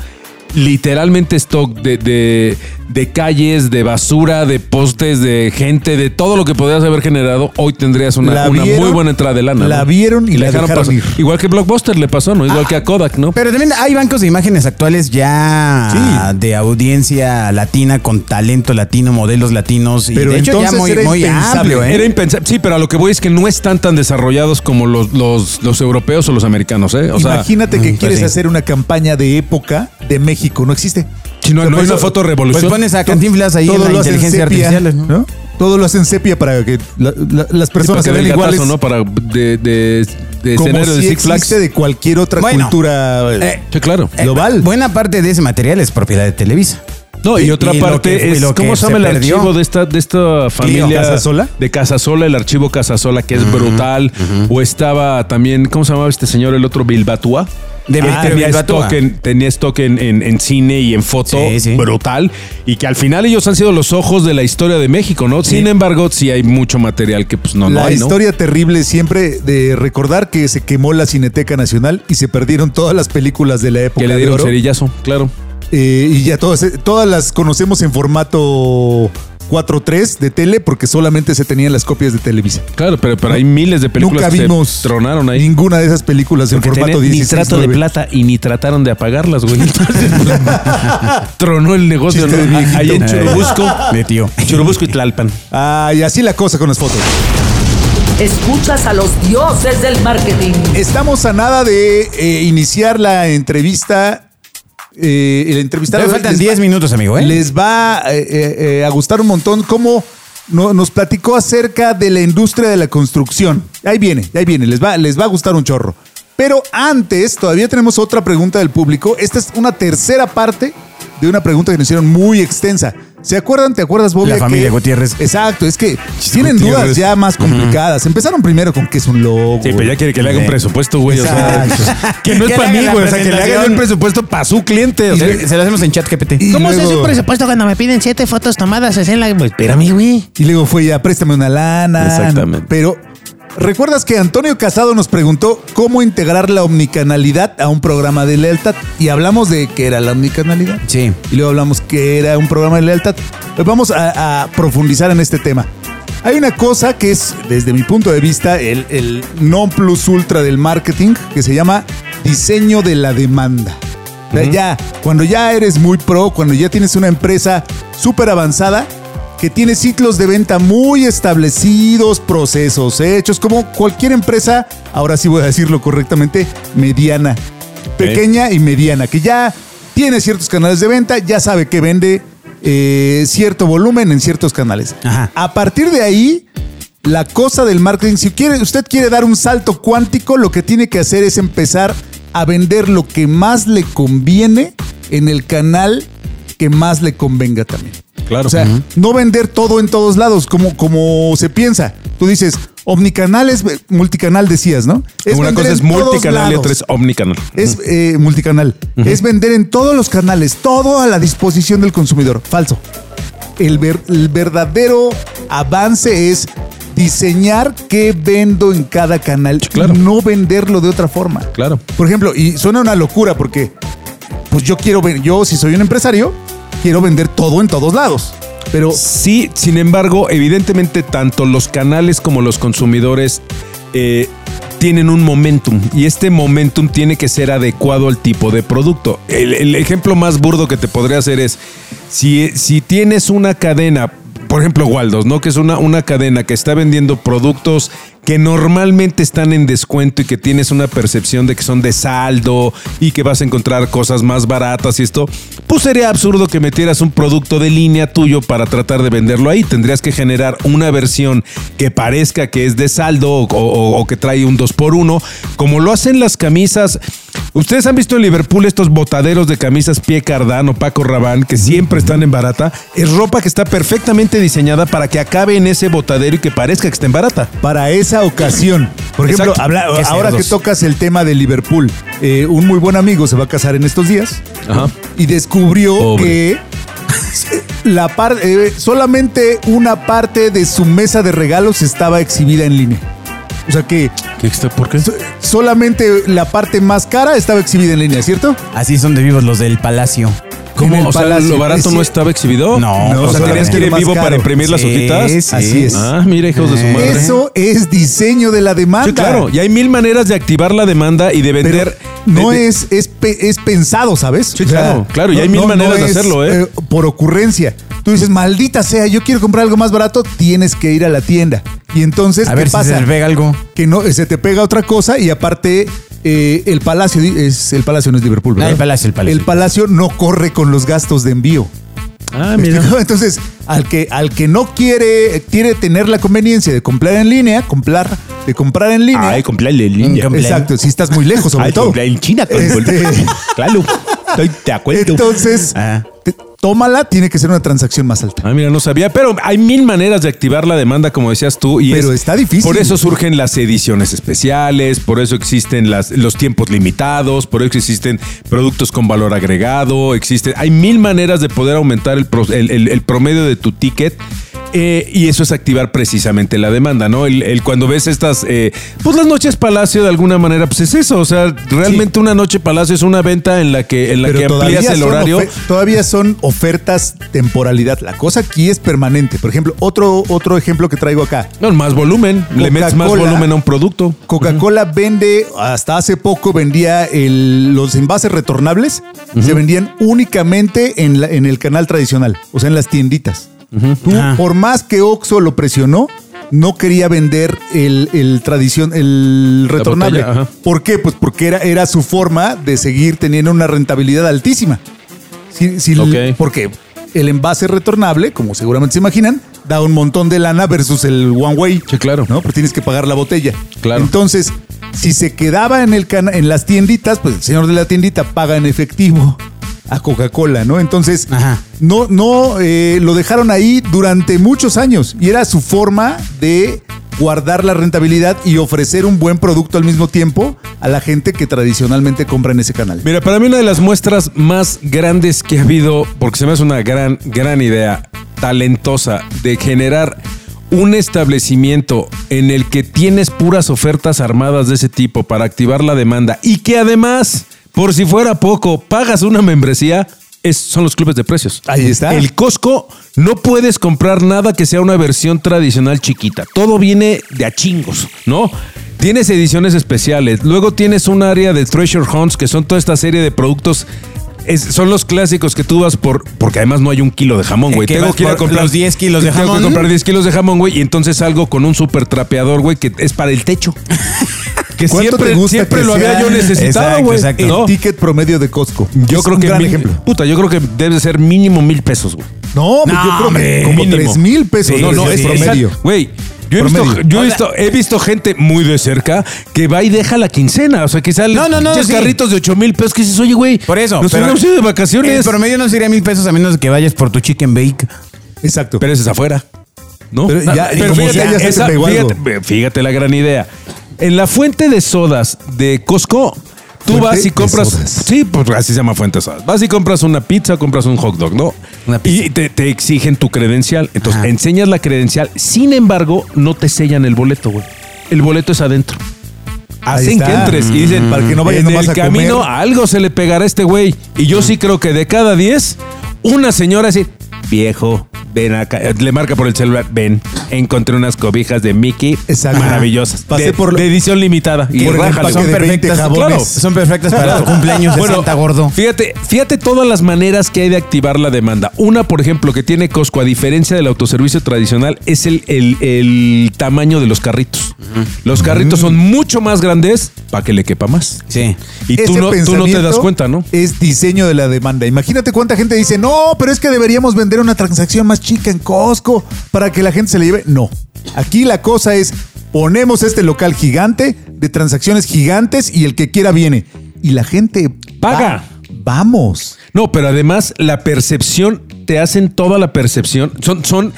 S5: literalmente stock de, de- de calles, de basura, de postes, de gente, de todo lo que podrías haber generado, hoy tendrías una,
S4: La
S5: una
S4: vieron,
S5: muy buena entrada de lana.
S4: la
S5: ¿no?
S4: vieron y la dejaron
S5: pasar.
S4: ir. Ah,
S5: Igual que Blockbuster le pasó, ¿no? Igual que a Kodak, ¿no?
S7: Pero también hay bancos de imágenes actuales ya de audiencia latina, con talento latino, modelos latinos. Y
S4: Pero
S7: de hecho ya
S4: entonces
S7: muy,
S4: era
S7: muy
S4: impensable.
S7: amplio, ¿eh?
S5: Era impensable. Sí, pero a lo que voy es que no están tan desarrollados como los, los, los europeos o los americanos, ¿eh? O sea,
S4: Imagínate
S7: mm,
S4: que
S7: pues
S4: quieres
S7: sí.
S4: hacer una campaña de época de México. No existe.
S5: si no, no hay
S4: Pues,
S5: una foto
S7: Pues
S5: revolución.
S7: pones a Cantinflas ahí en
S4: Todo
S7: la
S4: lo hacen
S7: inteligencia
S4: sepia,
S7: artificial, ¿no?
S4: ¿no? Todo lo hacen sepia para que la- la- las personas
S5: Sí,
S4: se vean
S5: para que dé el
S4: iguales.
S5: gatazo, ¿no? Para de, de- de
S4: Como
S5: escenario de
S4: si
S5: Six Flags.
S4: existe de cualquier otra
S7: Bueno,
S4: cultura. eh,
S7: eh,
S5: Sí, claro.
S7: Eh,
S4: Global.
S7: Buena parte de ese material es propiedad de Televisa.
S5: No, y,
S7: y-
S5: otra
S7: y lo
S5: parte
S7: que- y
S5: es
S7: lo que
S5: cómo se
S7: se
S5: llama el
S7: perdió.
S5: archivo de esta de esta familia
S4: ¿Casasola?
S5: de Casasola, el archivo Casasola que es brutal o estaba también cómo se llamaba este señor el otro Bilbatua.
S7: De
S5: Que
S7: Bil- de
S5: tenía,
S7: Bilbatua.
S5: stock en, tenía stock en, en- en cine y en foto
S7: Sí, sí.
S5: brutal y que al final ellos han sido los ojos de la historia de México, ¿no? Sin embargo, sí hay mucho material que pues no no
S4: la
S5: hay, ¿no?
S4: historia terrible siempre de recordar que se quemó la Cineteca Nacional y se perdieron todas las películas de la época.
S5: que le dieron
S4: de oro.
S5: cerillazo, claro.
S4: Eh, y ya todas, todas las conocemos en formato 4.3 de tele porque solamente se tenían las copias de Televisa.
S5: Claro, pero, pero hay miles de películas
S4: Nunca
S5: que se
S4: vimos
S5: tronaron ahí.
S4: ninguna de esas películas en
S5: Porque
S4: formato
S5: tenían
S4: 16.
S5: nitrato de plata y ni trataron de apagarlas, güey. Entonces, tronó el negocio.
S4: Chiste de
S5: ¿no?
S4: viejito.
S5: Ahí en
S4: Eh,
S5: Churubusco.
S7: de tío.
S5: Churubusco y Tlalpan.
S4: Ah, y así la cosa con las fotos.
S2: Escuchas a los dioses del marketing.
S4: Estamos a nada de eh, iniciar la entrevista. Eh, el entrevistado
S7: Todavía faltan 10 minutos, amigo, ¿eh?
S4: Les va eh, eh, eh, a gustar un montón cómo no- nos platicó acerca de la industria de la construcción. Ahí viene, ahí viene, les va, les va a gustar un chorro. Pero antes, todavía tenemos otra pregunta del público. Esta es una tercera parte de una pregunta que nos hicieron muy extensa. ¿Se acuerdan? ¿Te acuerdas, Bobby?
S7: La familia
S4: que-
S7: Gutiérrez.
S4: Exacto, es que tienen
S5: Gutiérrez.
S4: dudas ya más complicadas. Empezaron primero con qué es un logo.
S5: Sí, pero ya quiere que le haga un
S7: Sí.
S5: presupuesto, güey. O sea,
S4: Exacto.
S5: que no es
S7: Que
S5: para
S7: le
S5: mí,
S7: haga la
S5: güey. O sea, que le hagan
S7: presentación.
S5: un presupuesto para su cliente. O
S7: Y
S5: sea,
S7: le- se lo hacemos en chat GPT.
S4: Y
S6: ¿Cómo se hace
S4: luego-
S6: un presupuesto cuando me piden siete fotos tomadas así en la... Pues, espérame, güey.
S4: Y luego fue ya, préstame una lana.
S5: Exactamente.
S4: Pero, ¿recuerdas que Antonio Casado nos preguntó cómo integrar la omnicanalidad a un programa de lealtad? Y hablamos de qué era la omnicanalidad.
S7: Sí.
S4: Y luego hablamos que era un programa de lealtad. Pues Vamos a, a profundizar en este tema. Hay una cosa que es, desde mi punto de vista, el, el non plus ultra del marketing, que se llama diseño de la demanda. O sea, Ya, cuando ya eres muy pro, cuando ya tienes una empresa súper avanzada, que tiene ciclos de venta muy establecidos, procesos hechos, como cualquier empresa, ahora sí voy a decirlo correctamente, mediana. Pequeña y mediana, que ya tiene ciertos canales de venta, ya sabe que vende eh, cierto volumen en ciertos canales.
S7: Ajá.
S4: A partir de ahí, la cosa del marketing, si quiere, usted quiere dar un salto cuántico, lo que tiene que hacer es empezar a vender lo que más le conviene en el canal que más le convenga también.
S5: Claro.
S4: O sea, no vender todo en todos lados, como, como se piensa. Tú dices, omnicanal es multicanal, decías, ¿no? Es
S5: una
S4: vender
S5: cosa
S4: en
S5: es
S4: todos
S5: multicanal y
S4: lados.
S5: otra es omnicanal.
S4: Es eh, multicanal. Es vender en todos los canales, todo a la disposición del consumidor. Falso. El, ver- el verdadero avance es diseñar qué vendo en cada canal.
S5: claro.
S4: y No venderlo de otra forma.
S5: Claro.
S4: Por ejemplo, y suena una locura porque, pues yo quiero ver, yo si soy un empresario, quiero vender todo en todos lados. Pero
S5: Sí, sin embargo, evidentemente tanto los canales como los consumidores eh, tienen un momentum y este momentum tiene que ser adecuado al tipo de producto. El, el ejemplo más burdo que te podría hacer es, si, si tienes una cadena, por ejemplo Waldos, ¿no? que es una, una cadena que está vendiendo productos que normalmente están en descuento y que tienes una percepción de que son de saldo y que vas a encontrar cosas más baratas y esto, pues sería absurdo que metieras un producto de línea tuyo para tratar de venderlo ahí. Tendrías que generar una versión que parezca que es de saldo o, o- o que trae un 2x1, como lo hacen las camisas. Ustedes han visto en Liverpool estos botaderos de camisas Pie Cardano, Paco Rabán, que siempre están en barata. Es ropa que está perfectamente diseñada para que acabe en ese botadero y que parezca que está en barata.
S4: para esa ocasión. Por ejemplo,
S5: Exacto.
S4: habla-
S5: Qué
S4: ahora que
S5: cerdos.
S4: tocas el tema de Liverpool, eh, un muy buen amigo se va a casar en estos días
S5: Ajá.
S4: y descubrió
S5: Pobre.
S4: que la par- eh, solamente una parte de su mesa de regalos estaba exhibida en línea. O sea que
S5: ¿Por qué?
S4: solamente la parte más cara estaba exhibida en línea, ¿cierto?
S7: Así son de vivos los del Palacio.
S4: En el
S5: ¿Cómo? O sea,
S4: palacio.
S5: lo barato
S4: Es
S5: no
S4: cier-
S5: estaba exhibido.
S7: No,
S5: o sea,
S4: solamente
S5: tenías que ir
S4: lo
S5: en
S4: más
S5: vivo
S4: caro.
S5: para imprimir las
S7: Sí,
S5: hojitas.
S7: sí.
S4: Así es.
S5: Ah, mira, hijos de su
S7: Eh,
S5: madre.
S4: Eso es diseño de la demanda.
S5: Sí, claro. Y hay mil maneras de activar la demanda y de
S4: Pero
S5: vender.
S4: no
S5: eh, de- de-
S4: es, es, pe- es pensado, ¿sabes?
S5: Sí, claro, claro, y hay mil maneras de hacerlo, ¿eh?
S4: Por ocurrencia. Tú dices, maldita sea, yo quiero comprar algo más barato, tienes que ir a la tienda. Y entonces,
S7: A
S4: ¿qué
S7: ver si se
S4: pasa?
S7: les pega algo.
S4: que no, se te pega otra cosa y aparte eh, el Palacio,
S5: Ah,
S4: di- es, el Palacio no es Liverpool,
S7: No,
S4: ¿verdad?
S7: el Palacio, el Palacio.
S4: El Palacio no corre con los gastos de envío.
S5: Ah,
S4: ¿Me
S5: mira.
S4: explico? Entonces, al que, al que no quiere, quiere tener la conveniencia de comprar en línea, comprar, de comprar en línea.
S5: Ay, comprarle en línea.
S7: comprar.
S4: Exacto, si estás muy lejos, sobre
S5: Ay,
S4: todo.
S5: comprar en China. con-
S4: Este-
S5: Claro. Estoy de acuerdo.
S4: Entonces,
S5: Ah.
S4: te- tómala, tiene que ser una transacción más alta.
S5: Ah, mira, no sabía, pero hay mil maneras de activar la demanda, como decías tú. Y
S4: Pero está difícil.
S5: Por eso surgen las ediciones especiales, por eso existen las, los tiempos limitados, por eso existen productos con valor agregado, existen. Hay mil maneras de poder aumentar el, pro- el- el- el promedio de tu ticket. eh, y eso es activar precisamente la demanda, ¿no? El, el cuando ves estas, eh, pues las noches Palacio de alguna manera, pues es eso, o sea, realmente una noche Palacio es una venta en la que en la que amplías el
S4: son
S5: horario.
S4: ofe- Todavía son ofertas temporalidad. La cosa aquí es permanente. Por ejemplo, otro, otro ejemplo que traigo acá.
S5: No, más volumen, le metes más
S4: Coca-Cola.
S5: volumen a un producto.
S4: Coca-Cola vende, hasta hace poco vendía el- los envases retornables, se vendían únicamente en, la- en el canal tradicional, o sea, en las tienditas. Tú,
S5: Ah.
S4: por más que Oxxo lo presionó, no quería vender el, el tradición, el retornable.
S5: botella, ajá.
S4: ¿Por qué? Pues porque era, era su forma de seguir teniendo una rentabilidad altísima. Si- si-
S5: Ok.
S4: Porque el envase retornable, como seguramente se imaginan, da un montón de lana versus el one way.
S5: Sí, claro.
S4: ¿no? Pues tienes que pagar la botella.
S5: Claro.
S4: Entonces, si se quedaba en, el cana- en las tienditas, pues el señor de la tiendita paga en efectivo a Coca-Cola, ¿no? Entonces,
S7: Ajá.
S4: no, no, eh, lo dejaron ahí durante muchos años y era su forma de guardar la rentabilidad y ofrecer un buen producto al mismo tiempo a la gente que tradicionalmente compra en ese canal.
S5: Mira, para mí una de las muestras más grandes que ha habido, porque se me hace una gran, gran idea talentosa de generar un establecimiento en el que tienes puras ofertas armadas de ese tipo para activar la demanda y que además, por si fuera poco, pagas una membresía, es- son los clubes de precios.
S4: Ahí está.
S5: El Costco no puedes comprar nada que sea una versión tradicional chiquita. Todo viene de a chingos, ¿no? Tienes ediciones especiales. Luego tienes un área de Treasure Hunts, que son toda esta serie de productos. Es- son los clásicos que tú vas por. Porque además no hay un kilo de jamón, güey.
S7: que
S5: Tengo
S7: vas
S5: que ir a
S7: por
S5: comprar
S7: los 10 kilos de
S5: Tengo
S7: jamón.
S5: que comprar 10 kilos de jamón, güey. Y entonces salgo con un super trapeador, güey, que es para el techo. Que
S4: ¿Cuánto
S5: siempre,
S4: te gusta
S5: siempre
S4: que
S5: lo había
S4: sea?
S5: yo necesitado,
S7: Exacto,
S5: güey.
S7: exacto.
S4: El
S5: ¿no?
S4: ticket promedio de Costco.
S5: Yo
S4: Es
S5: creo
S4: un
S5: que.
S4: gran
S5: mi-
S4: ejemplo.
S5: Puta, yo creo que debe ser mínimo mil pesos, güey.
S4: No, pues
S7: No,
S4: yo creo
S7: hombre,
S4: que como
S5: mínimo.
S4: 3 mil pesos.
S5: Sí, no, no,
S4: es
S5: es
S4: promedio.
S5: promedio. Güey. Yo, he visto,
S4: Promedio.
S5: yo he, visto, he visto gente muy de cerca que va y deja la quincena. O sea, que salen
S7: No, no, no,
S5: pinches
S7: sí.
S5: carritos de 8 mil pesos que dices, oye, güey.
S7: Por eso.
S5: Nos
S7: pero
S5: hubiéramos ido de
S7: El
S5: vacaciones.
S7: promedio no sería mil pesos a menos que vayas por tu chicken bake.
S4: Exacto.
S5: Pero ese es afuera. ¿No?
S4: Pero ya- como sea, ya se te pegó algo.
S5: fíjate- fíjate la gran idea. En la fuente de sodas de Costco, tú
S4: Fuente
S5: vas y
S4: de
S5: compras.
S4: sodas.
S5: Sí, pues así se llama fuente de sodas. Vas y compras una pizza, compras un hot dog, ¿no?
S7: Una pizza.
S5: Y te, te exigen tu credencial. Entonces
S7: Ajá.
S5: enseñas la credencial. Sin embargo, no te sellan el boleto, güey. El boleto es adentro.
S4: Ahí
S5: Hacen
S4: está.
S5: que entres y dicen,
S4: Mm. Para que no vayas
S5: en
S4: nomás
S5: el
S4: a comer".
S5: camino algo se le pegará a este güey. Y yo sí creo que de cada 10, una señora así, viejo, ven acá, Eh, le marca por el celular, ven, encontré unas cobijas de Mickey
S4: Exacto.
S5: maravillosas.
S4: Pasé
S5: de,
S4: por lo-
S5: de edición limitada. Y
S4: por el
S5: rájala.
S4: empaque de 20 jabones.
S5: Claro.
S7: Son perfectas para tu cumpleaños de
S5: Bueno,
S7: Santa Gordo.
S5: Fíjate, fíjate todas las maneras que hay de activar la demanda. Una, por ejemplo, que tiene Costco, a diferencia del autoservicio tradicional, es el, el- el tamaño de los carritos. Los
S4: Mm.
S5: carritos son mucho más grandes para que le quepa más.
S7: Sí.
S5: Y tú
S4: Ese
S5: no, tú no te das
S4: pensamiento
S5: cuenta, ¿no?
S4: Es diseño de la demanda. Imagínate cuánta gente dice, no, pero es que deberíamos vender una transacción más chica en Costco para que la gente se la lleve. No. Aquí la cosa es, ponemos este local gigante de transacciones gigantes y el que quiera viene. Y la gente
S5: Paga.
S4: va- vamos.
S5: No, pero además la percepción, te hacen toda la percepción. Son, son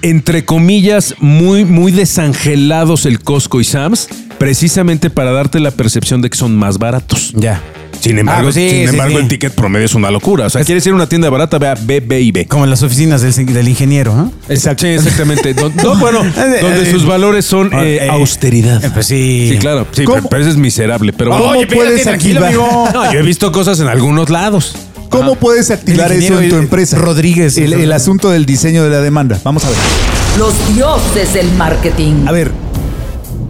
S5: entre comillas, muy, muy desangelados el Costco y Sams, precisamente para darte la percepción de que son más baratos.
S7: Ya.
S5: Sin
S7: Ah,
S5: embargo,
S7: pues sí,
S5: sin
S7: sí,
S5: embargo
S7: sí.
S5: el ticket promedio es una locura. O sea, quieres ir a una tienda barata, vea BBB.
S7: Como las oficinas del, del ingeniero, ¿no?
S5: Exacto. Sí, exactamente. No, no, bueno, donde sus valores son eh,
S7: Eh,
S5: austeridad.
S7: eh, pues sí.
S5: Sí, claro. Sí,
S4: ¿Cómo?
S5: pero ese es miserable. Pero
S4: ¿Cómo
S5: bueno.
S4: puedes
S7: tranquilo,
S4: activar?
S5: No, yo he visto cosas en algunos lados.
S4: ¿Cómo puedes activar
S7: El
S4: eso en tu
S7: ingeniero
S4: empresa?
S7: Rodríguez.
S4: El, el asunto del diseño de la demanda. Vamos a ver.
S2: Los dioses del marketing.
S4: A ver,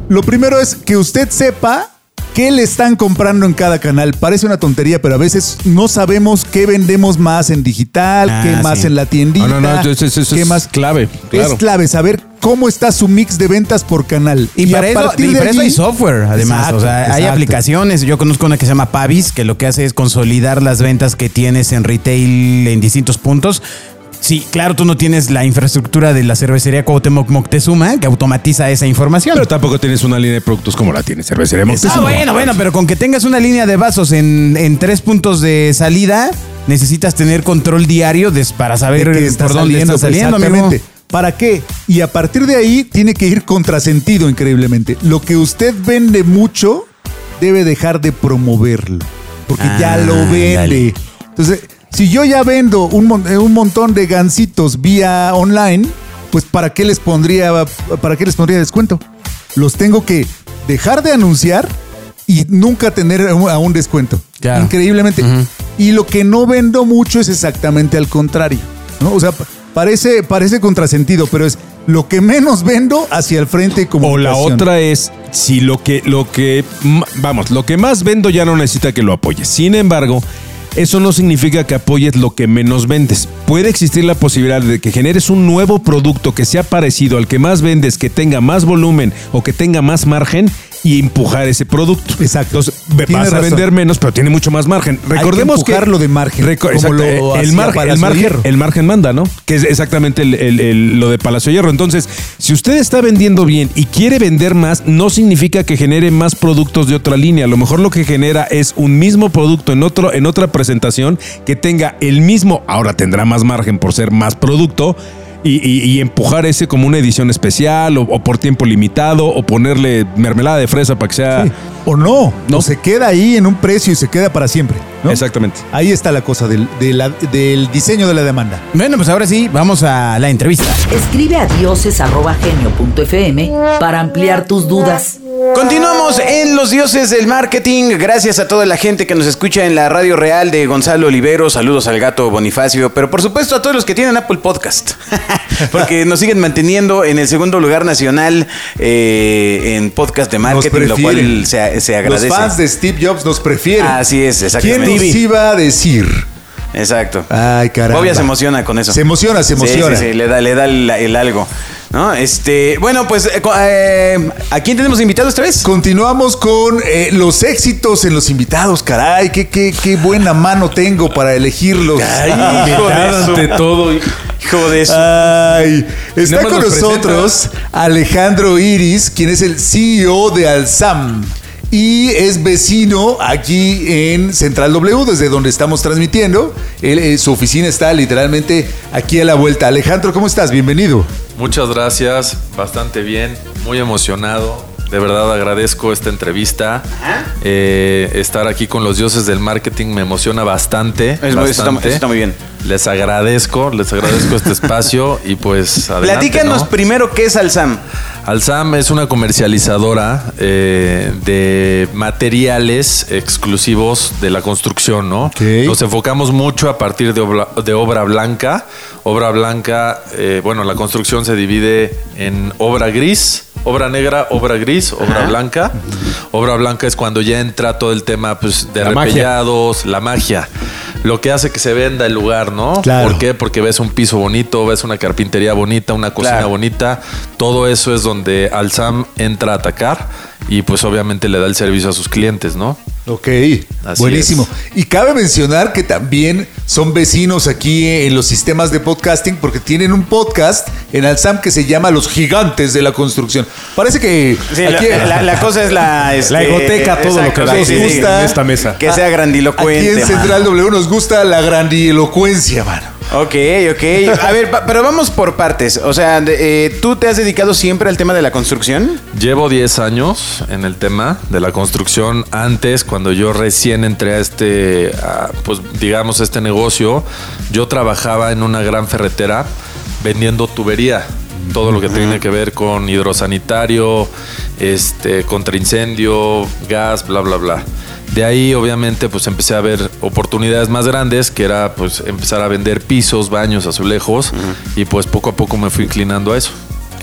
S4: lo primero es que usted sepa qué le están comprando en cada canal. Parece una tontería, pero a veces no sabemos qué vendemos más en digital,
S7: Ah,
S4: qué más
S7: sí.
S4: en la tiendita.
S5: No, no, no, eso- eso- eso
S4: qué
S5: es
S4: más.
S5: clave, claro.
S4: Es clave saber cómo está su mix de ventas por canal.
S7: Y, para, eso, y para eso
S4: allí-
S7: hay software, además.
S4: Exacto,
S7: o sea, hay
S4: exacto.
S7: aplicaciones. Yo conozco una que se llama Pavis, que lo que hace es consolidar las ventas que tienes en retail en distintos puntos. Sí, claro, tú no tienes la infraestructura de la cervecería Cuauhtémoc Moctezuma que automatiza esa información.
S5: Pero tampoco tienes una línea de productos como la tiene Cervecería
S7: ah,
S5: Moctezuma.
S7: bueno, bueno, pero con que tengas una línea de vasos en, en tres puntos de salida, necesitas tener control diario de- para saber
S4: de que
S7: eh,
S4: está
S7: por dónde
S4: saliendo,
S7: estás saliendo, amigo.
S4: exactamente. ¿Para qué? Y a partir de ahí tiene que ir contrasentido, increíblemente. Lo que usted vende mucho, debe dejar de promoverlo. Porque ya lo vende.
S7: dale.
S4: Entonces, si yo ya vendo un, mon- eh, un montón de gansitos vía online, pues ¿para qué les pondría para qué les pondría descuento? Los tengo que dejar de anunciar y nunca tener a un a un descuento.
S7: Claro.
S4: Increíblemente. Y lo que no vendo mucho es exactamente al contrario. ¿no? O sea, pa- parece, parece contrasentido, pero es lo que menos vendo hacia el frente y
S5: O la
S4: comunicación.
S5: otra es si lo que lo que m- vamos, lo que más vendo ya no necesita que lo apoyes. Sin embargo, eso no significa que apoyes lo que menos vendes. Puede existir la posibilidad de que generes un nuevo producto que sea parecido al que más vendes, que tenga más volumen o que tenga más margen y empujar ese producto.
S4: Exacto.
S5: Entonces, ve-
S4: Tienes
S5: vas a
S4: razón.
S5: vender menos, pero tiene mucho más margen. Recordemos
S4: empujar lo de margen,
S5: Reco-
S4: como
S5: exacto,
S4: lo
S5: eh, el,
S4: hacía
S5: margen, el,
S4: Palacio
S5: margen,
S4: Hierro.
S5: el margen manda, ¿no? Que es exactamente el- el- el- lo de Palacio Hierro. Entonces, si usted está vendiendo bien y quiere vender más, no significa que genere más productos de otra línea. A lo mejor lo que genera es un mismo producto en, otro, en otra presentación que tenga el mismo, ahora tendrá más margen por ser más producto. Y, y- y empujar ese como una edición especial o, o por tiempo limitado o ponerle mermelada de fresa para que sea...
S4: Sí. O no,
S5: No.
S4: no. se queda ahí en un precio y se queda para siempre. ¿no?
S5: Exactamente.
S4: Ahí está la cosa del, de la- del diseño de la demanda.
S7: Bueno, pues ahora sí, vamos a la entrevista.
S2: Escribe a dioses.genio.fm para ampliar tus dudas.
S3: Continuamos en Los Dioses del Marketing. Gracias a toda la gente que nos escucha en la Radio Real de Gonzalo Olivero. Saludos al gato Bonifacio. Pero por supuesto a todos los que tienen Apple Podcast. Porque nos siguen manteniendo en el segundo lugar nacional eh, en podcast de marketing, lo cual
S4: prefieren.
S3: se, se agradece.
S4: Los fans de Steve Jobs nos prefieren.
S3: Así es,
S4: ¿Quién
S3: exactamente.
S4: nos iba a decir?
S3: Exacto.
S4: Ay, caramba.
S3: Bobia se emociona con eso.
S4: Se emociona, se
S3: Sí,
S4: emociona.
S3: Sí, sí, le da, le da el, el algo. ¿No? Este, bueno, pues, eh, co- eh, ¿a quién tenemos invitado esta vez?
S4: Continuamos con eh, los éxitos en los invitados, caray, qué, qué, qué buena mano tengo para elegirlos.
S3: Ay, hijo de su-
S5: todo.
S3: Hijo de eso.
S4: Ay, está
S5: Nada más
S4: con
S5: los
S4: nosotros Alejandro Iris, quien es el CEO de Alsam y es vecino aquí en Central W, desde donde estamos transmitiendo. Él, eh, su oficina está literalmente aquí a la vuelta. Alejandro, ¿cómo estás? Bienvenido.
S8: Muchas gracias, bastante bien, muy emocionado. De verdad agradezco esta entrevista. Eh, estar aquí con los dioses del marketing me emociona bastante.
S3: Es muy- eso está-
S8: bastante.
S3: eso está muy bien.
S8: Les agradezco, les agradezco este espacio y pues adelante.
S3: Platícanos
S8: ¿no?
S3: primero qué es Alsam.
S8: Alsam es una comercializadora eh, de materiales exclusivos de la construcción, ¿no? Nos enfocamos mucho a partir de obra, de obra blanca. Obra blanca, eh, bueno, la construcción se divide en obra gris, obra negra, obra gris, obra blanca. Obra blanca es cuando ya entra todo el tema pues, de
S5: La magia.
S8: repellados, la magia. Lo que hace que se venda el lugar, ¿no?
S4: Claro.
S8: ¿Por qué? Porque ves un piso bonito, ves una carpintería bonita, una cocina
S3: Claro.
S8: bonita. Todo eso es donde Alsam entra a atacar y pues obviamente le da el servicio a sus clientes, ¿no?
S4: Ok,
S8: Así
S4: buenísimo. Y cabe mencionar que también son vecinos aquí en los sistemas de podcasting porque tienen un podcast en Alsam que se llama Los Gigantes de la Construcción. Parece que
S3: Sí, la,
S4: aquí-
S3: la- la cosa es la... este,
S5: La egoteca, todo lo que
S3: exacto, sí,
S5: da.
S3: sí,
S4: Nos
S3: sí.
S4: gusta.
S5: en esta mesa.
S3: Que sea grandilocuente.
S4: Ah, Aquí en
S3: mano.
S4: Central W nos gusta la grandilocuencia, mano.
S3: Ok, ok. A ver, pa- pero vamos por partes. O sea, de- eh, ¿tú te has dedicado siempre al tema de la construcción?
S8: Llevo 10 años en el tema de la construcción. Antes, cuando yo recién entré a este, a, pues digamos, este negocio, yo trabajaba en una gran ferretera vendiendo tubería. Todo lo que tiene que ver con hidrosanitario, este, contra incendio, gas, bla, bla, bla. De ahí, obviamente, pues empecé a ver oportunidades más grandes, que era pues empezar a vender pisos, baños, azulejos, y pues poco a poco me fui inclinando a eso.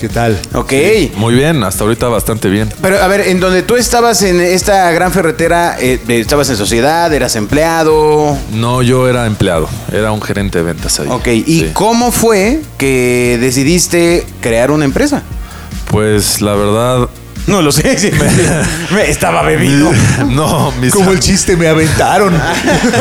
S4: ¿Qué tal?
S3: Ok.
S8: Muy bien, hasta ahorita bastante bien.
S3: Pero a ver, en donde tú estabas en esta gran ferretera, eh, eh, estabas en sociedad, eras empleado.
S8: No, yo era empleado, era un gerente de ventas ahí.
S3: Ok, ¿y
S8: Sí.
S3: cómo fue que decidiste crear una empresa?
S8: Pues la verdad,
S3: No lo sé. sí. Me estaba bebido.
S8: No, mis
S4: Como el chiste, me aventaron.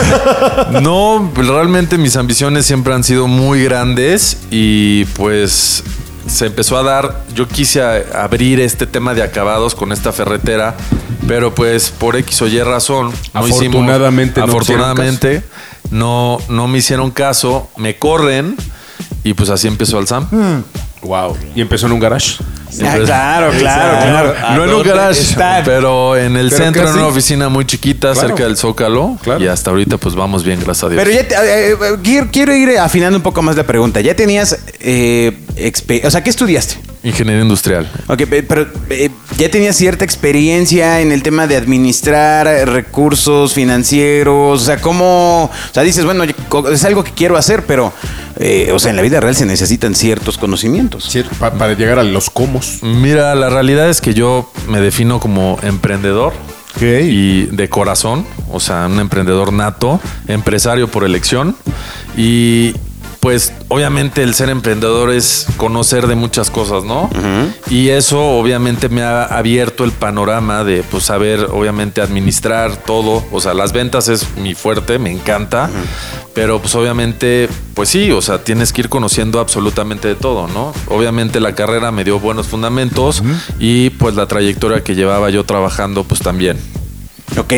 S8: No, realmente mis ambiciones siempre han sido muy grandes y pues se empezó a dar, yo quise a- abrir este tema de acabados con esta ferretera, pero pues por X o Y razón, no hicimos-
S5: Afortunadamente no
S8: afortunadamente no, no me hicieron caso, me corren y pues así empezó al Sam.
S4: Hmm.
S5: Wow. Y empezó en un garage.
S3: Ah,
S8: Entonces-
S3: claro, claro, Ah, claro.
S8: No, no en un
S5: ¿Dónde
S8: garage,
S5: están?
S8: pero en el
S5: Pero
S8: centro, en
S5: casi.
S8: una oficina muy chiquita,
S5: Claro.
S8: cerca del Zócalo.
S5: Claro.
S8: Y hasta ahorita pues vamos bien, gracias a Dios.
S3: Pero ya te- eh, eh, quiero, quiero ir afinando un poco más la pregunta. Ya tenías, eh, expe- o sea, ¿qué estudiaste?
S8: Ingeniería industrial.
S3: Ok, pe- pero eh, ya tenías cierta experiencia en el tema de administrar eh, recursos financieros, o sea, cómo, o sea, dices, bueno, yo- co- es algo que quiero hacer, pero, eh, o sea, en la vida real se necesitan ciertos conocimientos.
S5: Sí, pa- para llegar a los comos.
S8: Mira, la realidad es que yo me defino como emprendedor
S4: Ok.
S8: y de corazón, o sea, un emprendedor nato, empresario por elección y pues obviamente el ser emprendedor es conocer de muchas cosas, ¿no? Y eso obviamente me ha abierto el panorama de pues saber obviamente administrar todo, o sea, las ventas es mi fuerte, me encanta, pero pues obviamente pues sí, o sea, tienes que ir conociendo absolutamente de todo, ¿no? Obviamente la carrera me dio buenos fundamentos y pues la trayectoria que llevaba yo trabajando pues también.
S3: Ok,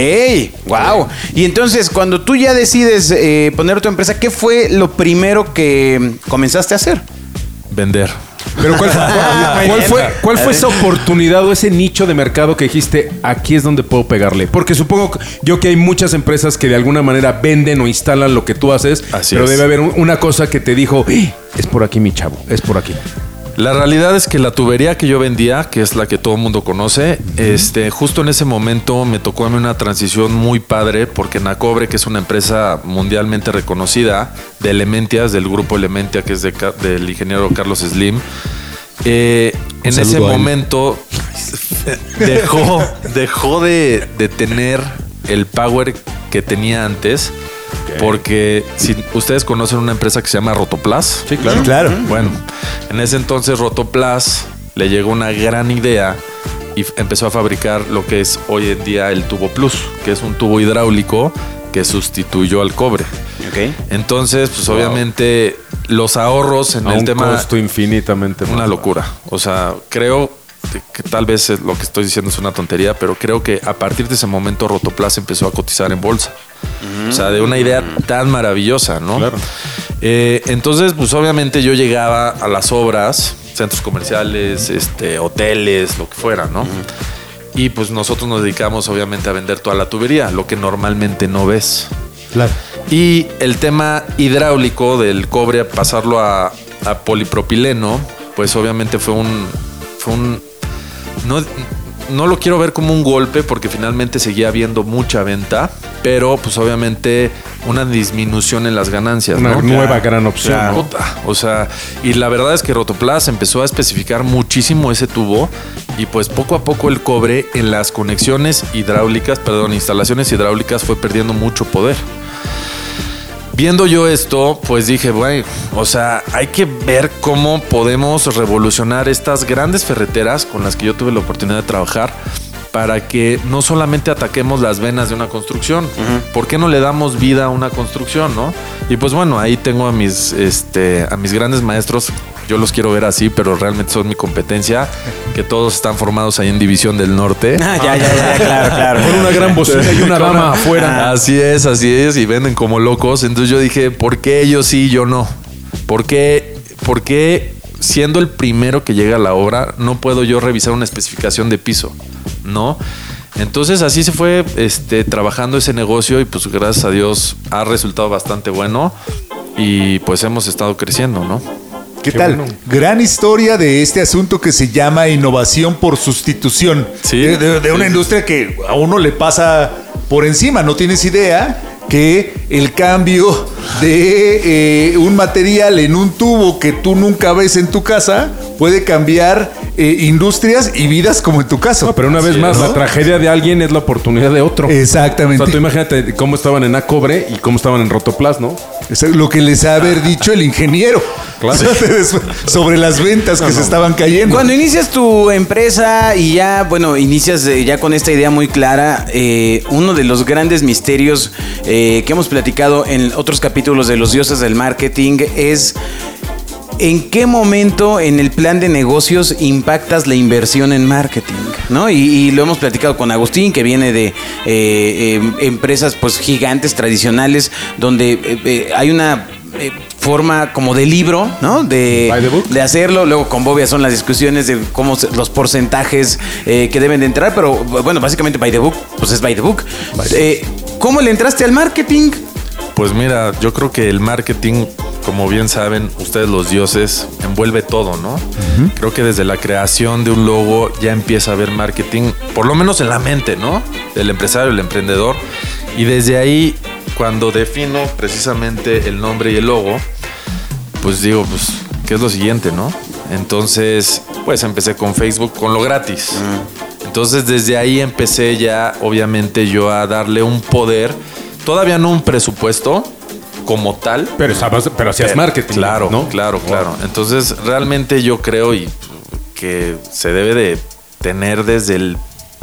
S3: wow. Y entonces, cuando tú ya decides eh, poner tu empresa, ¿qué fue lo primero que comenzaste a hacer?
S8: Vender.
S5: Pero ¿cuál fue, cuál- cuál fue- cuál fue esa oportunidad o ese nicho de mercado que dijiste, aquí es donde puedo pegarle? Porque supongo que- yo que hay muchas empresas que de alguna manera venden o instalan lo que tú haces,
S8: Así
S5: pero
S8: es.
S5: debe haber un- una cosa que te dijo, "Ih, es por aquí mi chavo, es por aquí.
S8: La realidad es que la tubería que yo vendía, que es la que todo el mundo conoce, este, justo en ese momento me tocó a mí una transición muy padre porque Nacobre, que es una empresa mundialmente reconocida de Elementias, del grupo Elementia, que es de Ca- del ingeniero Carlos Slim, eh, en ese
S5: saludo a él.
S8: momento dejó, dejó de, de tener el power que tenía antes. Porque si ustedes conocen una empresa que se llama Rotoplas,
S5: Sí, claro.
S4: Claro.
S8: bueno, en ese entonces Rotoplas le llegó una gran idea y f- empezó a fabricar lo que es hoy en día el tubo plus, que es un tubo hidráulico que sustituyó al cobre.
S3: Ok.
S8: Entonces, pues obviamente los ahorros en
S5: A
S8: el
S5: un
S8: tema
S5: costo infinitamente.
S8: una
S5: más.
S8: locura. O sea, creo que tal vez es- lo que estoy diciendo es una tontería, pero creo que a partir de ese momento Rotoplas empezó a cotizar en bolsa. O sea, de una idea tan maravillosa, ¿no? Eh, entonces, pues obviamente yo llegaba a las obras, centros comerciales, este, hoteles, lo que fuera, ¿no? Y pues nosotros nos dedicamos obviamente a vender toda la tubería, lo que normalmente no ves.
S4: Claro.
S8: Y el tema hidráulico del cobre, pasarlo a, a polipropileno, pues obviamente fue un. Fue un no, no lo quiero ver como un golpe porque finalmente seguía habiendo mucha venta, pero pues obviamente una disminución en las ganancias.
S5: Una
S8: ¿no?
S5: nueva gran opción, ¿no?
S8: Puta, O sea, y la verdad es que Rotoplas empezó a especificar muchísimo ese tubo y pues poco a poco el cobre en las conexiones hidráulicas, perdón, instalaciones hidráulicas fue perdiendo mucho poder. Viendo yo esto, pues dije, bueno, o sea, hay que ver cómo podemos revolucionar estas grandes ferreteras con las que yo tuve la oportunidad de trabajar para que no solamente ataquemos las venas de una construcción, ¿por qué no le damos vida a una construcción, no? Y pues bueno, ahí tengo a mis, este, a mis grandes maestros, yo los quiero ver así, pero realmente son mi competencia, que todos están formados ahí en División del Norte.
S3: Ah, ya, ya, ya, claro, claro.
S5: Con una gran bocina y una dama afuera.
S8: Ah, Así es, así es, y venden como locos. Entonces yo dije, ¿por qué ellos sí y yo no? ¿Por qué, por qué siendo el primero que llega a la obra, no puedo yo revisar una especificación de piso? ¿No? Entonces así se fue este, trabajando ese negocio y pues gracias a Dios ha resultado bastante bueno y pues hemos estado creciendo, ¿no?
S4: ¿Qué, tal? Gran historia de este asunto que se llama innovación por sustitución.
S8: Sí.
S4: De, de- de una industria que a uno le pasa por encima, no tienes idea que el cambio de eh, un material en un tubo que tú nunca ves en tu casa puede cambiar eh, industrias y vidas como en tu caso.
S5: No, pero una vez
S8: Así
S5: más,
S8: es.
S5: la tragedia de alguien es la oportunidad de otro. O
S4: Exactamente.
S5: sea, tú imagínate cómo estaban en Acobre y cómo estaban en Rotoplas, ¿no?
S4: Es lo que les ha de haber dicho el ingeniero
S5: Claro.
S4: sobre las ventas que se estaban cayendo.
S3: Cuando inicias tu empresa y ya, bueno, inicias eh, ya con esta idea muy clara, eh, uno de los grandes misterios eh, que hemos platicado en otros capítulos de los dioses del marketing es en qué momento en el plan de negocios impactas la inversión en marketing, ¿no? Y, y lo hemos platicado con Agustín, que viene de eh, eh, empresas pues gigantes, tradicionales, donde eh, eh, hay una... eh, forma como de libro, ¿no? De,
S5: By the book.
S3: de hacerlo. Luego con Bobia son las discusiones de cómo se- los porcentajes eh, que deben de entrar, pero bueno, básicamente by the book, pues es by the book. Eh, ¿Cómo le entraste al marketing?
S8: Pues mira, yo creo que el marketing, como bien saben ustedes los dioses, envuelve todo, ¿no? Creo que desde la creación de un logo ya empieza a haber marketing, por lo menos en la mente, ¿no? Del empresario, el emprendedor. Y desde ahí, cuando defino precisamente el nombre y el logo, pues digo, pues, ¿qué es lo siguiente, no? Entonces, pues empecé con Facebook con lo gratis.
S4: Mm.
S8: Entonces, desde ahí empecé ya, obviamente, yo a darle un poder, todavía no un presupuesto como tal.
S5: Pero, estabas- pero hacías
S8: Pero-
S5: marketing.
S8: Eh, Claro,
S5: ¿no?
S8: claro, claro. Entonces, realmente yo creo y que se debe de tener desde el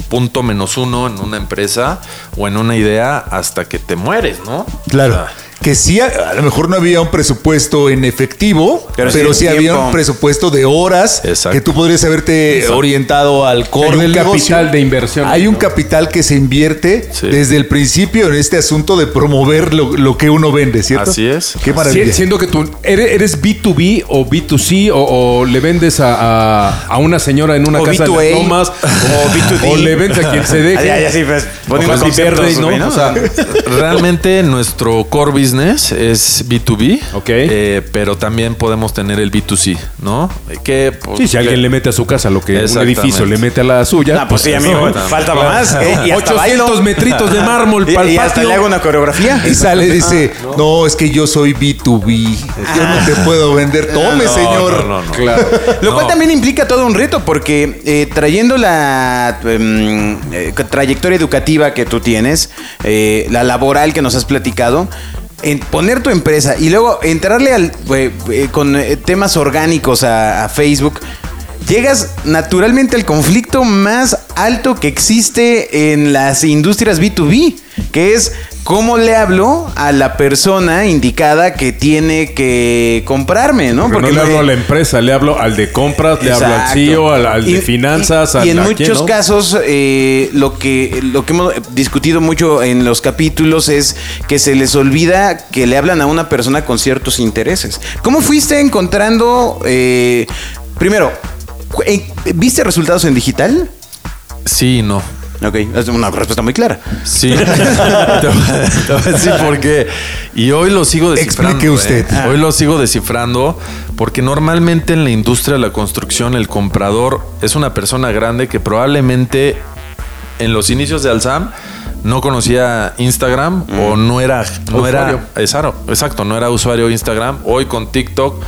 S8: punto menos uno en una empresa o en una idea hasta que te mueres, ¿no? O
S4: Claro.
S8: sea,
S4: Que sí, a, a lo mejor no había un presupuesto en efectivo, pero,
S3: Pero sí
S4: sí,
S3: en
S4: había
S3: tiempo.
S4: un presupuesto de horas
S8: Exacto.
S4: que tú podrías haberte Eh, orientado al core
S5: Hay un
S4: del negocio.
S5: capital de inversión,
S4: Hay un
S5: ¿no?
S4: capital que se invierte
S8: Sí.
S4: desde el principio en este asunto de promover lo, lo que uno vende, ¿cierto?
S8: Así es.
S4: Qué maravilla.
S5: Si- Siendo que tú eres, eres B2B o B2C o, o le vendes a, a- a una señora en una
S3: O
S5: casa de
S3: B2A.
S5: las tomas o
S3: B2D.
S5: O le vendes a quien se deje.
S3: Ah, ya, ya, sí, pues, ponemos
S5: o sea,
S3: conceptos,
S5: verde, ¿no? Pues
S3: güey, ¿no? Pues
S5: O sea,
S8: Realmente nuestro core business es B2B,
S5: Ok.
S8: eh, pero también podemos tener el B2C, ¿no? Eh, Que, pues,
S5: sí, si alguien
S8: que-
S5: le mete a su casa lo que un
S8: Exactamente.
S5: edificio le mete a la suya.
S3: Ah, pues sí, amigo, faltaba más. ¿eh? Y hasta
S5: 800
S3: bailo.
S5: metritos de mármol
S3: Y-
S5: para el
S3: y hasta
S5: patio.
S3: le hago una coreografía.
S4: Y sale y dice, no. es que yo soy B2B. Yo no te puedo vender. Tome,
S8: No,
S4: señor.
S8: no, no, no.
S5: Claro.
S3: Lo
S8: No.
S3: cual también implica todo un reto, porque eh, trayendo la em, eh, trayectoria educativa que tú tienes, eh, la laboral que nos has platicado, en poner tu empresa y luego entrarle al, eh, eh, con eh, temas orgánicos a, a Facebook. Llegas naturalmente al conflicto más alto que existe en las industrias B2B, que es cómo le hablo a la persona indicada que tiene que comprarme, ¿no?
S5: Porque, no le hablo
S3: eh,
S5: a la empresa, le hablo al de compras, le hablo al
S3: Exacto.
S5: CEO, al, al
S3: Y-
S5: de finanzas,
S3: Y,
S5: al
S3: y en
S5: a
S3: muchos
S5: quién, ¿no?
S3: casos, eh, lo, que, lo que hemos discutido mucho en los capítulos es que se les olvida que le hablan a una persona con ciertos intereses. ¿Cómo fuiste encontrando, eh, primero, cu- eh, ¿viste resultados en digital?
S8: Sí, y no.
S3: Ok, es una respuesta muy clara.
S8: Sí. te, voy- te voy a decir por qué. Y hoy lo sigo descifrando.
S4: Explique usted.
S8: ¿eh? Hoy lo sigo descifrando porque normalmente en la industria de la construcción el comprador es una persona grande que probablemente en los inicios de Alzam no conocía Instagram o no era no
S5: Usuario.
S8: era exacto, exacto, no era usuario de Instagram, hoy con TikTok,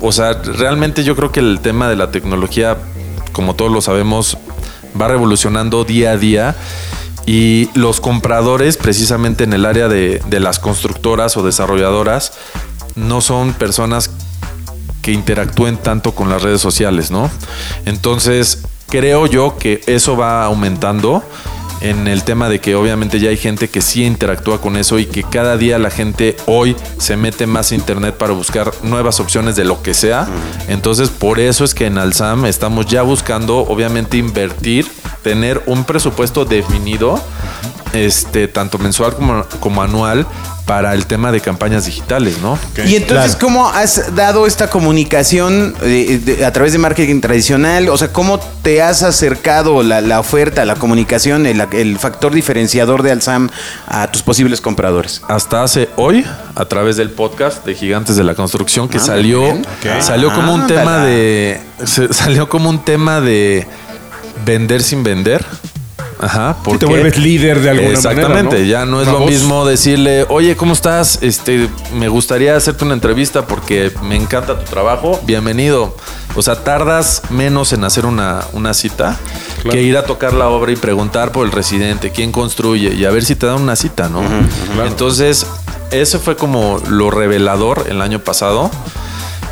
S8: o sea, realmente yo creo que el tema de la tecnología, como todos lo sabemos, va revolucionando día a día y los compradores precisamente en el área de, de las constructoras o desarrolladoras no son personas que interactúen tanto con las redes sociales, ¿no? Entonces, creo yo que eso va aumentando en el tema de que obviamente ya hay gente que sí interactúa con eso y que cada día la gente hoy se mete más a internet para buscar nuevas opciones de lo que sea. Entonces, por eso es que en Alsam estamos ya buscando obviamente invertir, tener un presupuesto definido este tanto mensual como, como anual para el tema de campañas digitales, ¿no?
S3: Y entonces, ¿cómo has dado esta comunicación eh, de- a través de marketing tradicional? O sea, ¿cómo te has acercado la, la oferta, la comunicación, el, el factor diferenciador de Alsam a tus posibles compradores?
S8: hasta hace hoy a través del podcast de Gigantes de la Construcción
S5: Ah,
S8: que salió salió como un
S3: Ándala.
S8: tema de se- salió como un tema de vender sin vender Ajá,
S5: Sí, te vuelves líder de alguna
S8: Exactamente,
S5: manera, ¿no?
S8: ya no es
S5: Una
S8: lo
S5: voz.
S8: mismo decirle, oye, ¿cómo estás? Este, me gustaría hacerte una entrevista porque me encanta tu trabajo, bienvenido. O sea, tardas menos en hacer una, una cita
S5: Claro.
S8: que ir a tocar la obra y preguntar por el residente, quién construye y a ver si te dan una cita, ¿no?
S5: claro.
S8: Entonces, eso fue como lo revelador el año pasado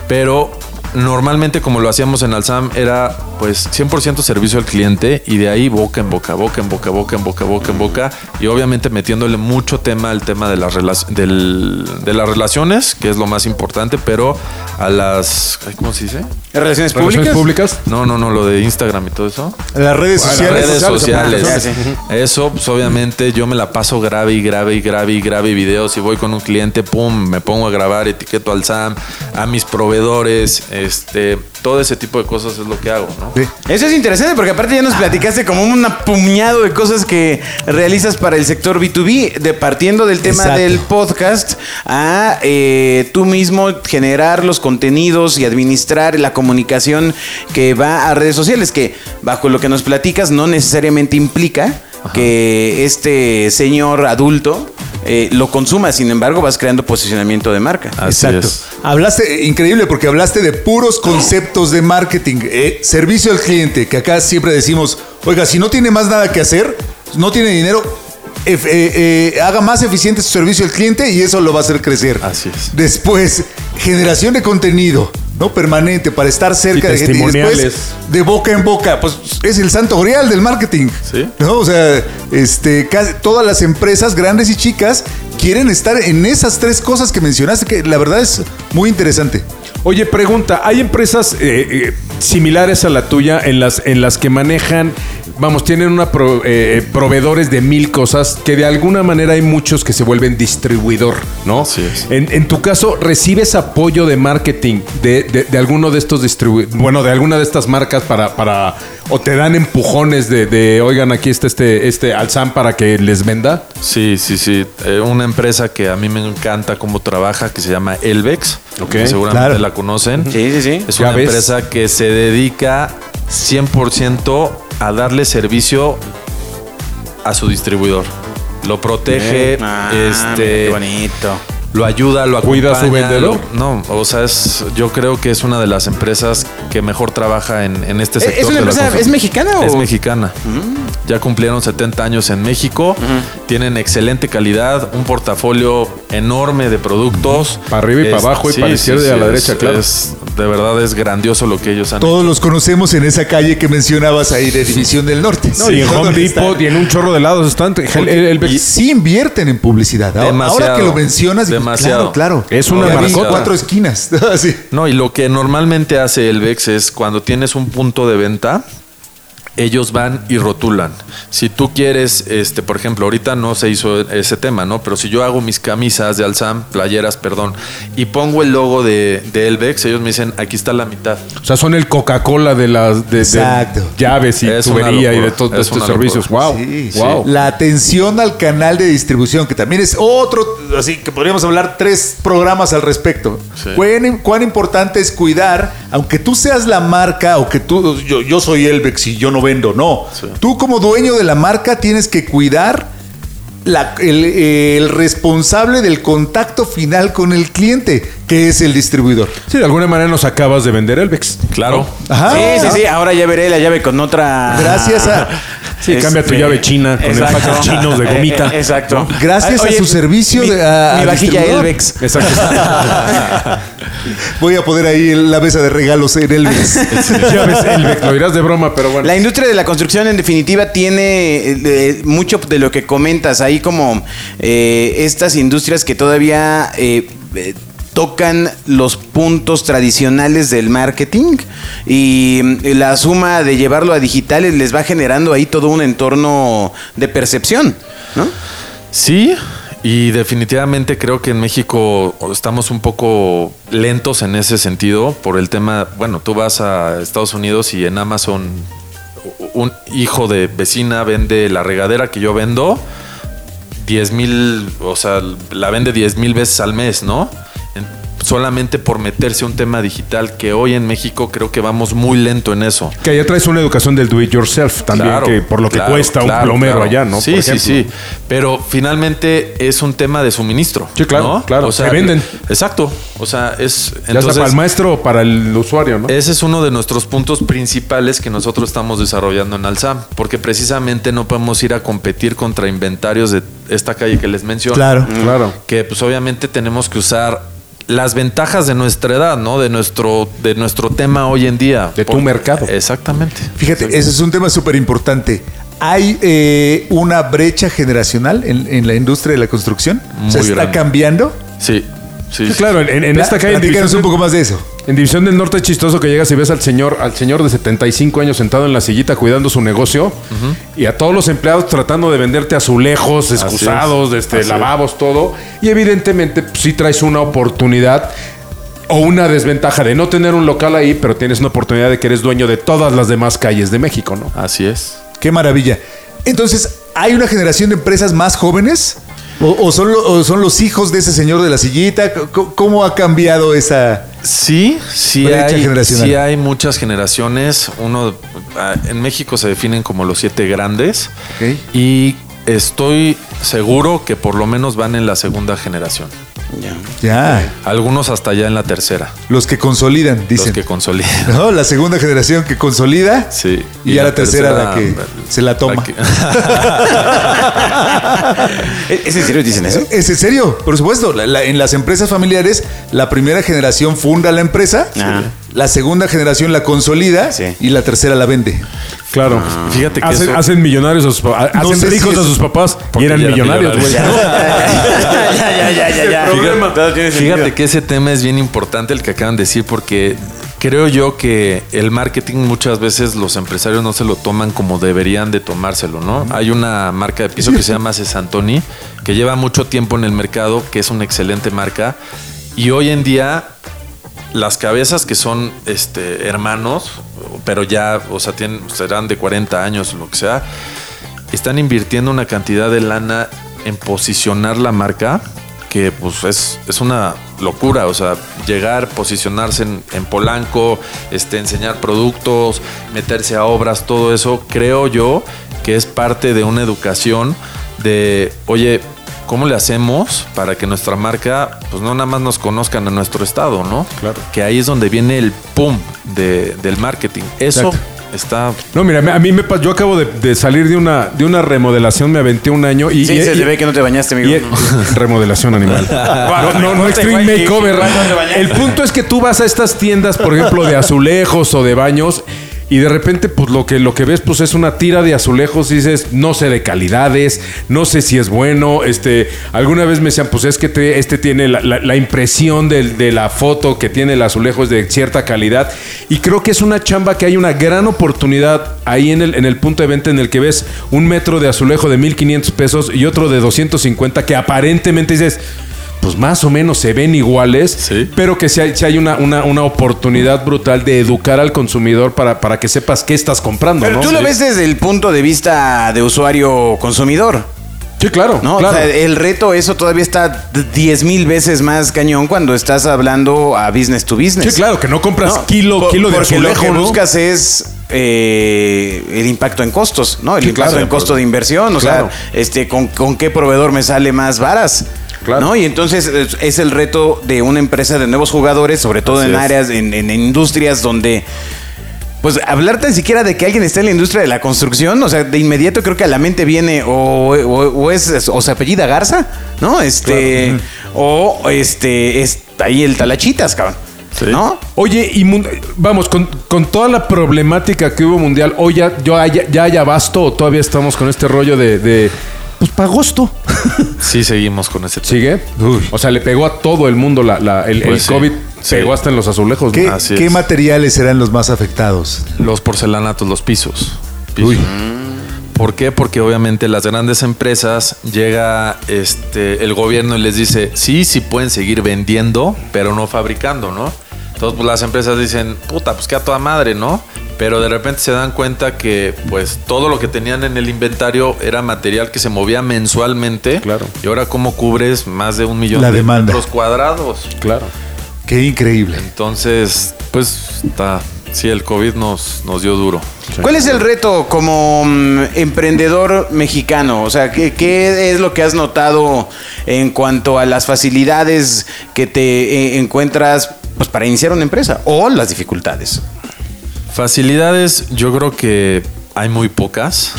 S8: pero normalmente como lo hacíamos en Alsam era pues 100% servicio al cliente y de ahí boca en boca, boca en boca, boca en boca, boca en boca y obviamente metiéndole mucho tema al tema de las, rela- del- de las relaciones, que es lo más importante, pero a las... ay, ¿Cómo se dice?
S3: ¿Relaciones públicas?
S5: Relaciones públicas.
S8: No, no, no, lo de Instagram y todo eso.
S4: Las redes
S5: Bueno,
S4: sociales.
S8: redes sociales.
S3: sociales, sociales.
S8: Eso, pues obviamente yo me la paso grave y grave y grave y grave videos. Si voy con un cliente, pum, me pongo a grabar, etiqueto al SAM, a mis proveedores, este, todo ese tipo de cosas es lo que hago, ¿no?
S4: Sí.
S3: Eso es interesante porque aparte
S8: Ah.
S3: ya nos platicaste como un puñado de cosas que realizas para el sector B2B, de, partiendo del tema
S4: Exacto.
S3: del podcast a eh, tú mismo generar los contenidos y administrar la comunicación que va a redes sociales, que bajo lo que nos platicas no necesariamente implica que este señor adulto eh, lo consuma, sin embargo vas creando posicionamiento de marca.
S8: Así
S4: Exacto.
S8: es.
S4: Hablaste, eh, increíble, porque hablaste de puros conceptos de marketing. eh, servicio al cliente, que acá siempre decimos, oiga, si no tiene más nada que hacer, no tiene dinero, ef- eh, eh, haga más eficiente su servicio al cliente y eso lo va a hacer crecer.
S8: Así es.
S4: Después, generación de contenido. ¿no? permanente para estar cerca
S5: Y
S4: de gente y después
S5: testimoniales.
S4: de boca en boca pues es el santo grial del marketing
S8: Sí.
S4: ¿no? O sea, este, casi todas las empresas, grandes y chicas, quieren estar en esas tres cosas que mencionaste, que la verdad es muy interesante.
S5: Oye, pregunta, ¿hay empresas eh, eh, similares a la tuya en las, en las que manejan, vamos, tienen una pro- eh, proveedores de mil cosas que de alguna manera hay muchos que se vuelven distribuidor, ¿no?
S8: Así es.
S5: En, en tu caso, ¿recibes apoyo de marketing de, de- de alguno de estos distribuidores, bueno, de alguna de estas marcas para... para o te dan empujones de, de, oigan, aquí está este, este Alzam para que les venda?
S8: Sí, sí, sí. Eh, una empresa que a mí me encanta cómo trabaja, que se llama Elvex.
S5: Ok,
S8: que seguramente
S4: claro.
S8: la conocen.
S3: Sí, sí, sí.
S8: Es
S5: Ya
S8: una
S5: ves.
S8: empresa que se dedica 100% a darle servicio a su distribuidor. Lo protege,
S3: Ah, mira
S8: este,
S3: qué bonito.
S8: lo ayuda, lo
S5: ¿Cuida a su
S8: acompaña,
S5: vendedor?
S8: lo- no, o sea, es, yo creo que es una de las empresas que mejor trabaja en, en este
S3: ¿Es-
S8: sector.
S3: es una
S8: de la
S3: empresa-
S8: construcción.
S3: es mexicana o-
S8: Es mexicana.
S4: Mm.
S8: Ya cumplieron 70 años en México. Tienen excelente calidad, un portafolio enorme de productos.
S5: Para arriba y para abajo y para la izquierda y a la derecha,
S8: es-
S5: claro.
S8: es- de verdad es grandioso lo que ellos han
S4: Todos los conocemos en esa calle que mencionabas ahí de División del Norte.
S5: No, y en Home Depot y en un chorro de lados están. el- el- el-
S4: Sí invierten en publicidad. Ahora- Ahora
S8: Demasiado.
S4: que lo mencionas, digo,
S8: Demasiado.
S4: claro, claro.
S5: Es una
S4: Ya vi
S5: marcota.
S4: cuatro esquinas. Así.
S8: No, y lo que normalmente hace el VEX es cuando tienes un punto de venta, ellos van y rotulan. Si tú quieres, este, por ejemplo, ahorita no se hizo ese tema, ¿no? Pero si yo hago mis camisas de Alsam, playeras, perdón, y pongo el logo de, de Elvex, ellos me dicen, aquí está la mitad.
S5: O sea, son el Coca-Cola de las de, de
S4: Exacto.
S5: llaves y
S8: Es una
S5: tubería y de
S8: locura,
S5: todos
S8: es
S5: estos
S8: una
S5: servicios.
S8: locura.
S5: Wow,
S4: Sí,
S5: wow.
S4: La atención al canal de distribución, que también es otro, así que podríamos hablar tres programas al respecto.
S8: Sí.
S4: ¿Cuán, cuán importante es cuidar, aunque tú seas la marca o que tú, yo, yo soy Elbex y yo no vendo, no.
S8: Sí.
S4: Tú como dueño de la marca tienes que cuidar la- el, el responsable del contacto final con el cliente, que es el distribuidor.
S5: Sí, de alguna manera nos acabas de vender Elvex.
S8: Claro.
S4: Ajá.
S3: sí, sí, sí. Ahora ya veré la llave con otra. Este,
S4: Gracias a-
S5: Sí, cambia tu llave china con
S3: Exacto.
S5: empaques chinos de gomita.
S3: Eh, eh, Exacto.
S4: Gracias a su servicio
S3: mi,
S4: de- a-
S3: mi
S4: al
S3: vajilla
S4: distribuidor.
S3: Elvex.
S4: Voy a poner ahí la mesa de regalos en Elbex.
S5: Llaves Elvex, lo dirás de broma, pero bueno.
S3: La industria de la construcción, en definitiva, tiene eh, eh, mucho de lo que comentas. Ahí como eh, estas industrias que todavía eh, eh, tocan los puntos tradicionales del marketing y mm, la suma de llevarlo a digitales les va generando ahí todo un entorno de percepción, ¿no?
S8: Sí, y definitivamente creo que en México estamos un poco lentos en ese sentido por el tema, bueno, tú vas a Estados Unidos y en Amazon un hijo de vecina vende la regadera que yo vendo 10 mil, o sea, la vende 10 mil veces al mes, ¿no? En- solamente por meterse a un tema digital que hoy en México creo que vamos muy lento en eso.
S5: Que allá traes una educación del do it yourself también,
S8: Claro,
S5: que por lo que
S8: claro,
S5: cuesta
S8: claro,
S5: un plomero
S8: claro.
S5: allá, ¿no?
S8: Sí,
S5: Por
S8: sí,
S5: ejemplo.
S8: sí. Pero finalmente es un tema de suministro.
S5: Sí, claro,
S8: ¿no?
S5: claro.
S8: O sea,
S5: Te venden.
S8: Exacto. O sea, es.
S5: Ya sea para el maestro o para el usuario, ¿no?
S8: Ese es uno de nuestros puntos principales que nosotros estamos desarrollando en Alsam, porque precisamente no podemos ir a competir contra inventarios de esta calle que les menciono.
S4: Claro.
S5: Claro.
S8: Que pues obviamente tenemos que usar las ventajas de nuestra edad, ¿no? De nuestro, de nuestro tema hoy en día.
S5: De tu mercado.
S8: Exactamente.
S4: Fíjate, ese es un tema súper importante. Hay eh, una brecha generacional en, en la industria de la construcción.
S8: Muy
S4: o sea, está
S8: grande.
S4: cambiando.
S8: Sí. Sí,
S5: Sí,
S8: sí.
S5: claro, en, en esta calle en
S4: Platícanos
S5: División,
S4: un poco más de eso.
S5: en División del Norte es chistoso que llegas y ves al señor, al señor de 75 años sentado en la sillita cuidando su negocio y a todos los empleados tratando de venderte azulejos, excusados,
S8: es,
S5: este,
S8: así es.
S5: lavabos, todo. Y evidentemente pues, sí traes una oportunidad o una desventaja de no tener un local ahí, pero tienes una oportunidad de que eres dueño de todas las demás calles de México, ¿no?
S8: Así es.
S4: Qué maravilla. Entonces, ¿hay una generación de empresas más jóvenes? ¿O, o son, lo- o son los hijos de ese señor de la sillita? C- c- ¿Cómo ha cambiado esa...?
S8: Sí, sí
S4: Brecha
S8: hay,
S4: generacional.
S8: sí hay muchas generaciones. Uno ah, en México se definen como los siete grandes
S4: Ok.
S8: y estoy seguro que por lo menos van en la segunda generación.
S4: Ya,
S8: Algunos hasta ya en la tercera,
S4: los que consolidan, dicen.
S8: los que consolidan.
S4: ¿No? La segunda generación que consolida.
S8: Sí.
S4: Y, ya la, tercera, la que se la toma.
S8: que-
S3: ¿Es es en serio dicen eso?
S4: ¿Es en serio? Por supuesto. la- la- en las empresas familiares, la primera generación funda la empresa,
S3: Ajá.
S4: la segunda generación la consolida
S3: Sí.
S4: y la tercera la vende.
S5: Claro.
S8: Ah. Fíjate que
S5: hacen,
S8: eso-
S5: hacen millonarios a sus papás.
S4: No
S5: hacen
S4: sé si
S5: ricos a
S4: es-
S5: sus papás y
S8: porque
S5: eran
S8: ya eran
S5: millonarios, güey.
S8: millonarios.
S3: ya, ya, ya, ya, ya.
S8: Fíjate,
S3: Todo tiene sentido.
S8: fíjate que ese tema es bien importante el que acaban de decir porque creo yo que el marketing muchas veces los empresarios no se lo toman como deberían de tomárselo, ¿no? Hay una marca de piso que se llama Cesantoni que lleva mucho tiempo en el mercado, que es una excelente marca y hoy en día las cabezas que son este, hermanos, pero ya, o sea, tienen, serán de 40 años, lo que sea, están invirtiendo una cantidad de lana en posicionar la marca que pues es, es una locura, o sea, llegar, posicionarse en, en Polanco, este, enseñar productos, meterse a obras, todo eso, creo yo que es parte de una educación de, oye, ¿cómo le hacemos para que nuestra marca, pues no nada más nos conozcan en nuestro estado, ¿no?
S5: Claro.
S8: Que ahí es donde viene el pum de- del marketing. Eso está
S5: No, mira, a mí me pa- yo acabo de, de salir de una, de una remodelación, me aventé un año y.
S3: Sí,
S5: y-
S3: se te
S5: y-
S3: ve que no te bañaste, este, amigo.
S5: y- remodelación animal. No, no, no, extreme
S3: güey,
S5: makeover.
S3: que- que- que-
S5: El punto es que tú vas a estas tiendas, por ejemplo, de azulejos o de baños, y de repente, pues lo que, lo que ves, pues es una tira de azulejos, y dices, no sé de calidades, no sé si es bueno. Este, alguna vez me decían, pues es que te- este tiene la, la- la impresión del- de, la foto que tiene el azulejo es de cierta calidad. Y creo que es una chamba que hay una gran oportunidad ahí en el, en el punto de venta en el que ves un metro de azulejo de 1500 pesos y otro de 250 que aparentemente dices, pues más o menos se ven iguales,
S8: Sí.
S5: pero que si hay, sí hay una, una, una oportunidad brutal de educar al consumidor para, para que sepas qué estás comprando,
S3: Pero
S5: ¿no?
S3: tú lo
S5: Sí.
S3: ves desde el punto de vista de usuario consumidor,
S5: Sí, claro,
S3: ¿no?
S5: claro.
S3: O sea, el reto, eso todavía está 10 mil veces más cañón cuando estás hablando a business to business.
S5: sí, claro, que no compras
S3: No,
S5: kilo,
S3: por-
S5: kilo de
S3: Porque lo
S5: azulejo,
S3: que
S5: ¿no?
S3: buscas es eh, el impacto en costos, ¿no? El
S5: Sí,
S3: impacto
S5: claro,
S3: en costo de inversión, o
S5: Claro.
S3: sea, este, con, con qué proveedor me sale más varas.
S5: Claro.
S3: ¿No? Y entonces es, es el reto de una empresa de nuevos jugadores, sobre todo en
S8: es.
S3: áreas, en, en industrias donde. Pues hablar tan siquiera de que alguien está en la industria de la construcción, o sea, de inmediato creo que a la mente viene o, o- o es o se apellida Garza, ¿no? Este o este es ahí el Talachitas, cabrón. ¿No?
S5: Oye, y mun- vamos, con, con toda la problemática que hubo mundial, hoy ya, yo haya- ya hay abasto o todavía estamos con este rollo de... de, pues para agosto.
S8: Sí, seguimos con ese tema.
S5: ¿Sigue? O sea, le pegó a todo el mundo la, la- el, el
S8: Pues sí,
S5: COVID.
S8: sí.
S5: Pegó hasta en los azulejos.
S4: ¿Qué,
S5: ¿no?
S8: Así
S4: qué
S8: es.
S4: materiales serán los más afectados?
S8: Los porcelanatos, los pisos. Pisos. ¿Por qué? Porque obviamente las grandes empresas llega este el gobierno y les dice, sí, sí pueden seguir vendiendo, pero no fabricando, ¿no? Entonces pues, las empresas dicen, puta, pues que a toda madre, ¿no? Pero de repente se dan cuenta que pues todo lo que tenían en el inventario era material que se movía mensualmente.
S5: Claro.
S8: Y ahora cómo cubres más de un millón
S4: La
S8: de
S4: demanda.
S8: metros cuadrados.
S5: Claro.
S4: Qué increíble.
S8: Entonces, pues está. Sí, el COVID nos, nos dio duro.
S3: ¿Cuál es el reto como mm, emprendedor mexicano? O sea, ¿qué, qué es lo que has notado en cuanto a las facilidades que te eh, encuentras pues, para iniciar una empresa o las dificultades?
S8: Facilidades, yo creo que hay muy pocas.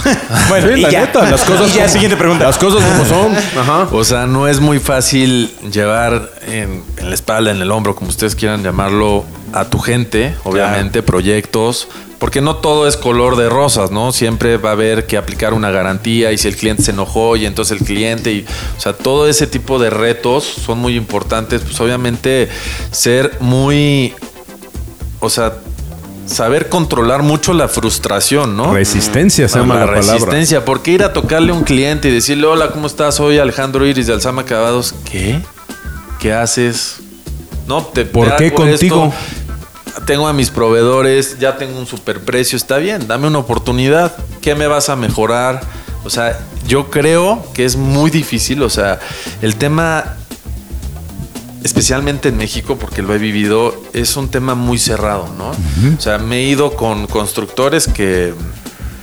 S3: Bueno,
S5: Sí,
S3: y
S5: la
S3: ya.
S5: neta, las cosas
S3: Y ya,
S5: como-
S3: siguiente pregunta.
S5: Las cosas como son.
S8: O sea, no es muy fácil llevar en, en la espalda, en el hombro, como ustedes quieran llamarlo, a tu gente, obviamente, proyectos, porque no todo es color de rosas, ¿no? Siempre va a haber que aplicar una garantía y si el cliente se enojó y entonces el cliente, y, o sea, todo ese tipo de retos son muy importantes, pues obviamente ser muy, o sea, saber controlar mucho la frustración, ¿no?
S5: Resistencia se llama
S8: Ah, la,
S5: la, palabra.
S8: Ah. resistencia, porque ir a tocarle a un cliente y decirle, hola, ¿cómo estás? Soy Alejandro Iris de Alzama Acabados. ¿Qué? ¿Qué haces? No, te
S5: ¿Por
S8: te
S5: qué
S8: hago
S5: contigo?
S8: esto, Tengo a mis proveedores, ya tengo un superprecio, está bien, dame una oportunidad. ¿Qué me vas a mejorar? O sea, yo creo que es muy difícil, o sea, el tema especialmente en México, porque lo he vivido, es un tema muy cerrado, ¿no? O sea, me he ido con constructores que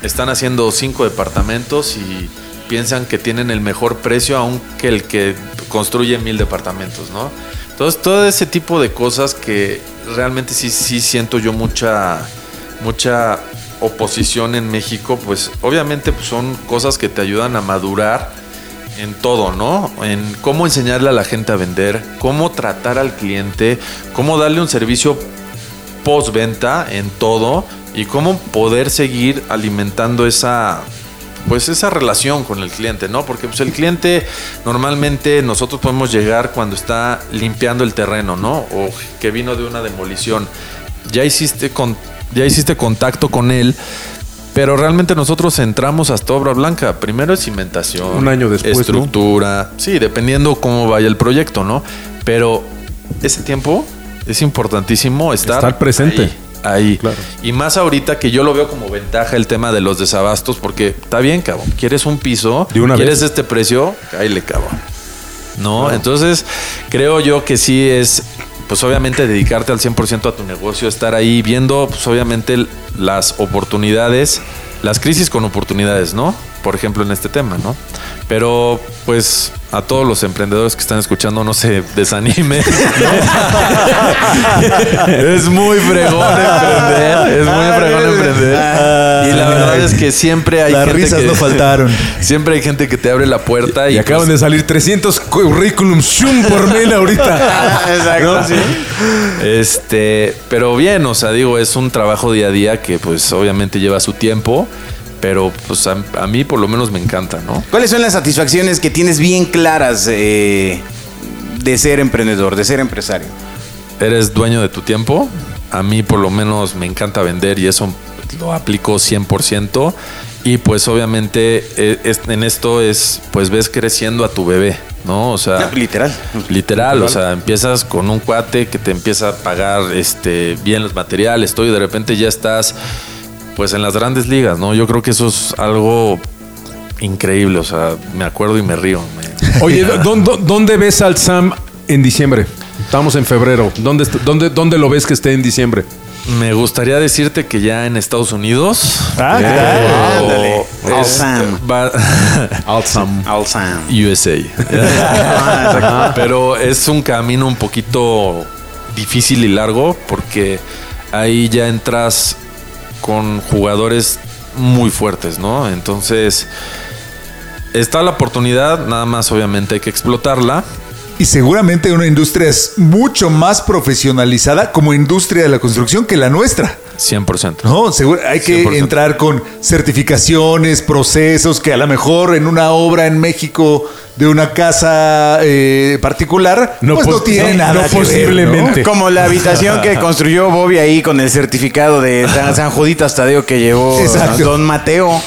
S8: están haciendo cinco departamentos y piensan que tienen el mejor precio aún que el que construye mil departamentos, ¿no? Entonces, todo ese tipo de cosas que realmente sí, sí siento yo mucha, mucha oposición en México, pues obviamente pues, son cosas que te ayudan a madurar en todo, ¿no? En cómo enseñarle a la gente a vender, cómo tratar al cliente, cómo darle un servicio postventa en todo y cómo poder seguir alimentando esa pues esa relación con el cliente, ¿no? Porque pues el cliente normalmente nosotros podemos llegar cuando está limpiando el terreno, ¿no? O que vino de una demolición. Ya hiciste con ya hiciste contacto con él, pero realmente nosotros entramos hasta obra blanca. Primero es cimentación,
S5: Un año después, ¿no?
S8: estructura, sí, dependiendo cómo vaya el proyecto, ¿no? Pero ese tiempo es importantísimo estar,
S5: Estar presente.
S8: ahí ahí.
S5: Claro.
S8: Y más ahorita que yo lo veo como ventaja el tema de los desabastos, porque está bien, cabrón. Quieres un piso,
S5: De una
S8: quieres
S5: vez.
S8: este precio, le cabrón. ¿No? Entonces, creo yo que sí es, pues obviamente, dedicarte al 100% a tu negocio, estar ahí viendo, pues obviamente, l- las oportunidades, las crisis con oportunidades, ¿no? Por ejemplo, en este tema, ¿no? Pero, pues, a todos los emprendedores que están escuchando, no se desanimen. es muy fregón emprender. Es muy fregón emprender. Y la verdad es que siempre hay
S4: Las
S8: gente
S4: risas
S8: que-
S4: no faltaron.
S8: Siempre hay gente que te abre la puerta y, pues,
S5: Y acaban
S4: pues.
S5: de salir 300 currículums shum, por mail ahorita.
S3: Exacto,
S8: ¿no?
S3: sí.
S8: Este, pero bien, o sea, digo, es un trabajo día a día que pues obviamente lleva su tiempo, pero pues a, a mí por lo menos me encanta, ¿no?
S3: ¿Cuáles son las satisfacciones que tienes bien claras eh, de ser emprendedor, de ser empresario?
S8: Eres dueño de tu tiempo. A mí por lo menos me encanta vender y eso lo aplico 100%. Y pues obviamente eh, es- en esto es, pues ves creciendo a tu bebé, ¿no? O sea...
S3: No, literal.
S8: Literal, o sea, empiezas con un cuate que te empieza a pagar este, bien los materiales, todo, y de repente ya estás pues en las grandes ligas, ¿no? Yo creo que eso es algo increíble, o sea, me acuerdo y me río. me-
S5: Oye, ¿dó- dó- ¿dónde ves al Sam en diciembre? Estamos en febrero. ¿Dónde, est- dónde, dónde lo ves que esté en diciembre?
S8: Me gustaría decirte que ya en Estados Unidos...
S4: Ah, ¿qué
S8: pero
S3: Ándale.
S8: es-
S3: Al Sam.
S8: va-
S5: Al Sam.
S3: All sound.
S8: USA. Ajá, Pero es un camino un poquito difícil y largo porque ahí ya entras con jugadores muy fuertes, ¿no? Entonces está la oportunidad, nada más obviamente hay que explotarla.
S4: Y seguramente una industria es mucho más profesionalizada como industria de la construcción que la nuestra.
S8: 100%.
S4: No, seguro, hay que
S8: 100%.
S4: entrar con certificaciones, procesos que a lo mejor en una obra en México de una casa eh, particular, pues no
S5: pos-
S4: tiene
S5: no-
S4: nada
S5: no
S4: que ver, ¿no?
S5: posiblemente.
S3: Como la habitación que construyó Bobby ahí con el certificado de San, San Juditas Tadeo que llevó
S4: Exacto.
S3: Don Mateo.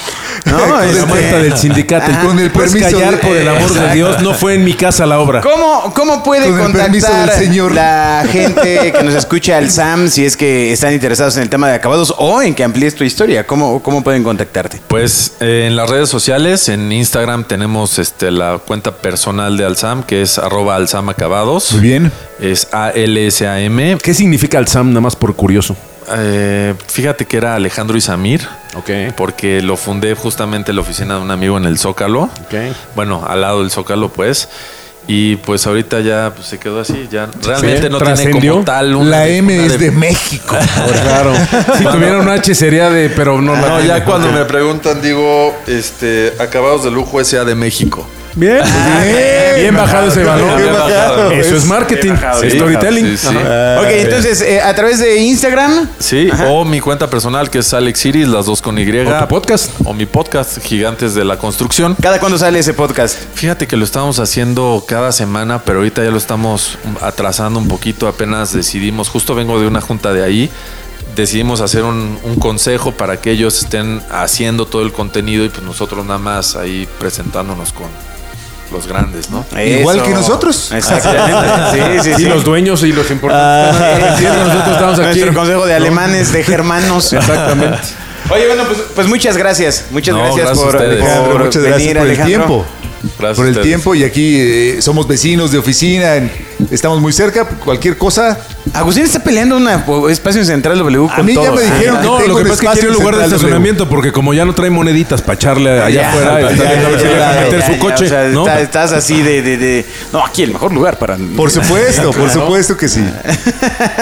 S3: ¿no?
S5: La
S3: Este,
S5: manta del sindicato.
S4: Con el
S5: Puedes
S4: permiso
S5: callar,
S4: de-
S5: por el amor de
S4: Exacto.
S5: Dios, no fue en mi casa la obra.
S3: ¿Cómo, cómo puede
S4: Con el permiso
S3: contactar
S4: del señor.
S3: la gente que nos escucha al SAM si es que están interesados en el tema de acabados o en que amplíes tu historia? ¿Cómo, cómo pueden contactarte?
S8: Pues eh, en las redes sociales, en Instagram tenemos este, la cuenta personal de Alsam, que es arroba Alsam Acabados.
S4: Muy bien.
S8: Es A-L-S-A-M.
S5: ¿Qué significa el SAM? Nada más por curioso.
S8: Eh, fíjate que era Alejandro y Samir.
S5: Ok.
S8: Porque lo fundé justamente en la oficina de un amigo en el Zócalo.
S5: Ok.
S8: Bueno, al lado del Zócalo, pues. Y pues ahorita ya pues, se quedó así. Ya realmente no tiene
S5: trascendió.
S8: como tal una.
S4: La M
S8: una
S4: es de México.
S5: Claro. si tuviera un H sería de, pero no la
S8: No,
S5: tiene.
S8: ya cuando me preguntan digo, este, acabados de lujo S.A. de México.
S5: Bien. bien. bajado ese valor.
S8: Bien bajado,
S5: Eso
S8: ¿ves?
S5: es marketing,
S8: Bien bajado, sí.
S5: storytelling.
S8: Ah, Sí, sí.
S5: Ajá.
S3: ok, entonces, eh, a través de Instagram.
S8: Sí, o mi cuenta personal que es Alex Iris, las dos con Y.
S5: O tu podcast.
S8: O mi podcast, Gigantes de la Construcción.
S3: ¿Cada cuándo sale ese podcast?
S8: Fíjate que lo estábamos haciendo cada semana, pero ahorita ya lo estamos atrasando un poquito. Apenas decidimos, justo vengo de una junta de ahí, decidimos hacer un, un consejo para que ellos estén haciendo todo el contenido y pues nosotros nada más ahí presentándonos con los grandes, ¿no?
S4: Igual
S3: Eso.
S4: que nosotros.
S3: Exactamente. Sí, sí, sí.
S5: Y los dueños y los importantes. Sí, nosotros estamos aquí.
S3: Nuestro consejo de alemanes, de germanos. Exactamente. Oye, bueno, pues, pues muchas gracias. Muchas
S8: No,
S3: gracias,
S8: gracias a
S3: por, eh,
S8: ustedes.
S3: por
S4: Alejandro, muchas gracias
S3: venir,
S4: por
S3: Alejandro.
S4: el tiempo.
S8: Gracias
S4: por
S8: a
S4: el
S8: ustedes.
S4: tiempo y aquí eh, somos vecinos de oficina, en- estamos muy cerca, cualquier cosa.
S3: Agustín está peleando un espacio en central W con
S4: A mí ya
S3: todos.
S4: me dijeron
S5: No,
S4: que
S5: lo
S4: tengo
S5: que pasa es que quiere un lugar de
S4: espacio central
S5: estacionamiento porque como ya no trae moneditas para echarle allá
S3: Ya,
S5: afuera,
S3: ya,
S5: está
S3: ya,
S5: viendo a ver si
S3: ya,
S5: le
S3: ya,
S5: dejan meter
S3: ya,
S5: su
S3: ya,
S5: coche,
S3: o sea,
S5: ¿no?
S3: está- estás así de, de, de- No, aquí el mejor lugar para.
S4: Por supuesto, por supuesto que sí.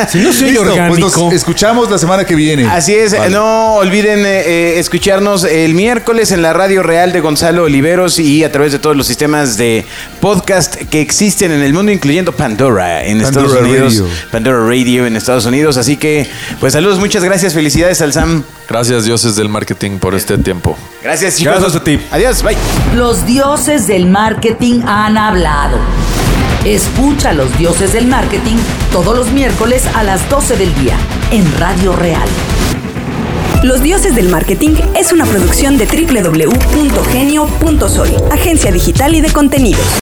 S5: Si no soy
S4: Listo, pues
S5: orgánico.
S4: nos escuchamos la semana que viene.
S3: Así es,
S4: Vale.
S3: no olviden eh, eh, escucharnos el miércoles en la radio real de Gonzalo Oliveros y a través de todos los sistemas de podcast que existen en el mundo, incluyendo Pandora en Estados
S4: Pandora
S3: Unidos,
S4: Radio.
S3: Pandora Radio en Estados Unidos. Así que, pues saludos, muchas gracias, felicidades al Sam.
S8: Gracias dioses del marketing por este tiempo.
S3: Gracias, chicos.
S5: Gracias a ti.
S3: Adiós, bye.
S2: Los dioses del marketing han hablado. Escucha a los dioses del marketing todos los miércoles a las 12 del día en Radio Real.
S1: Los Dioses del Marketing es una producción de www.genio.sol, agencia digital y de contenidos.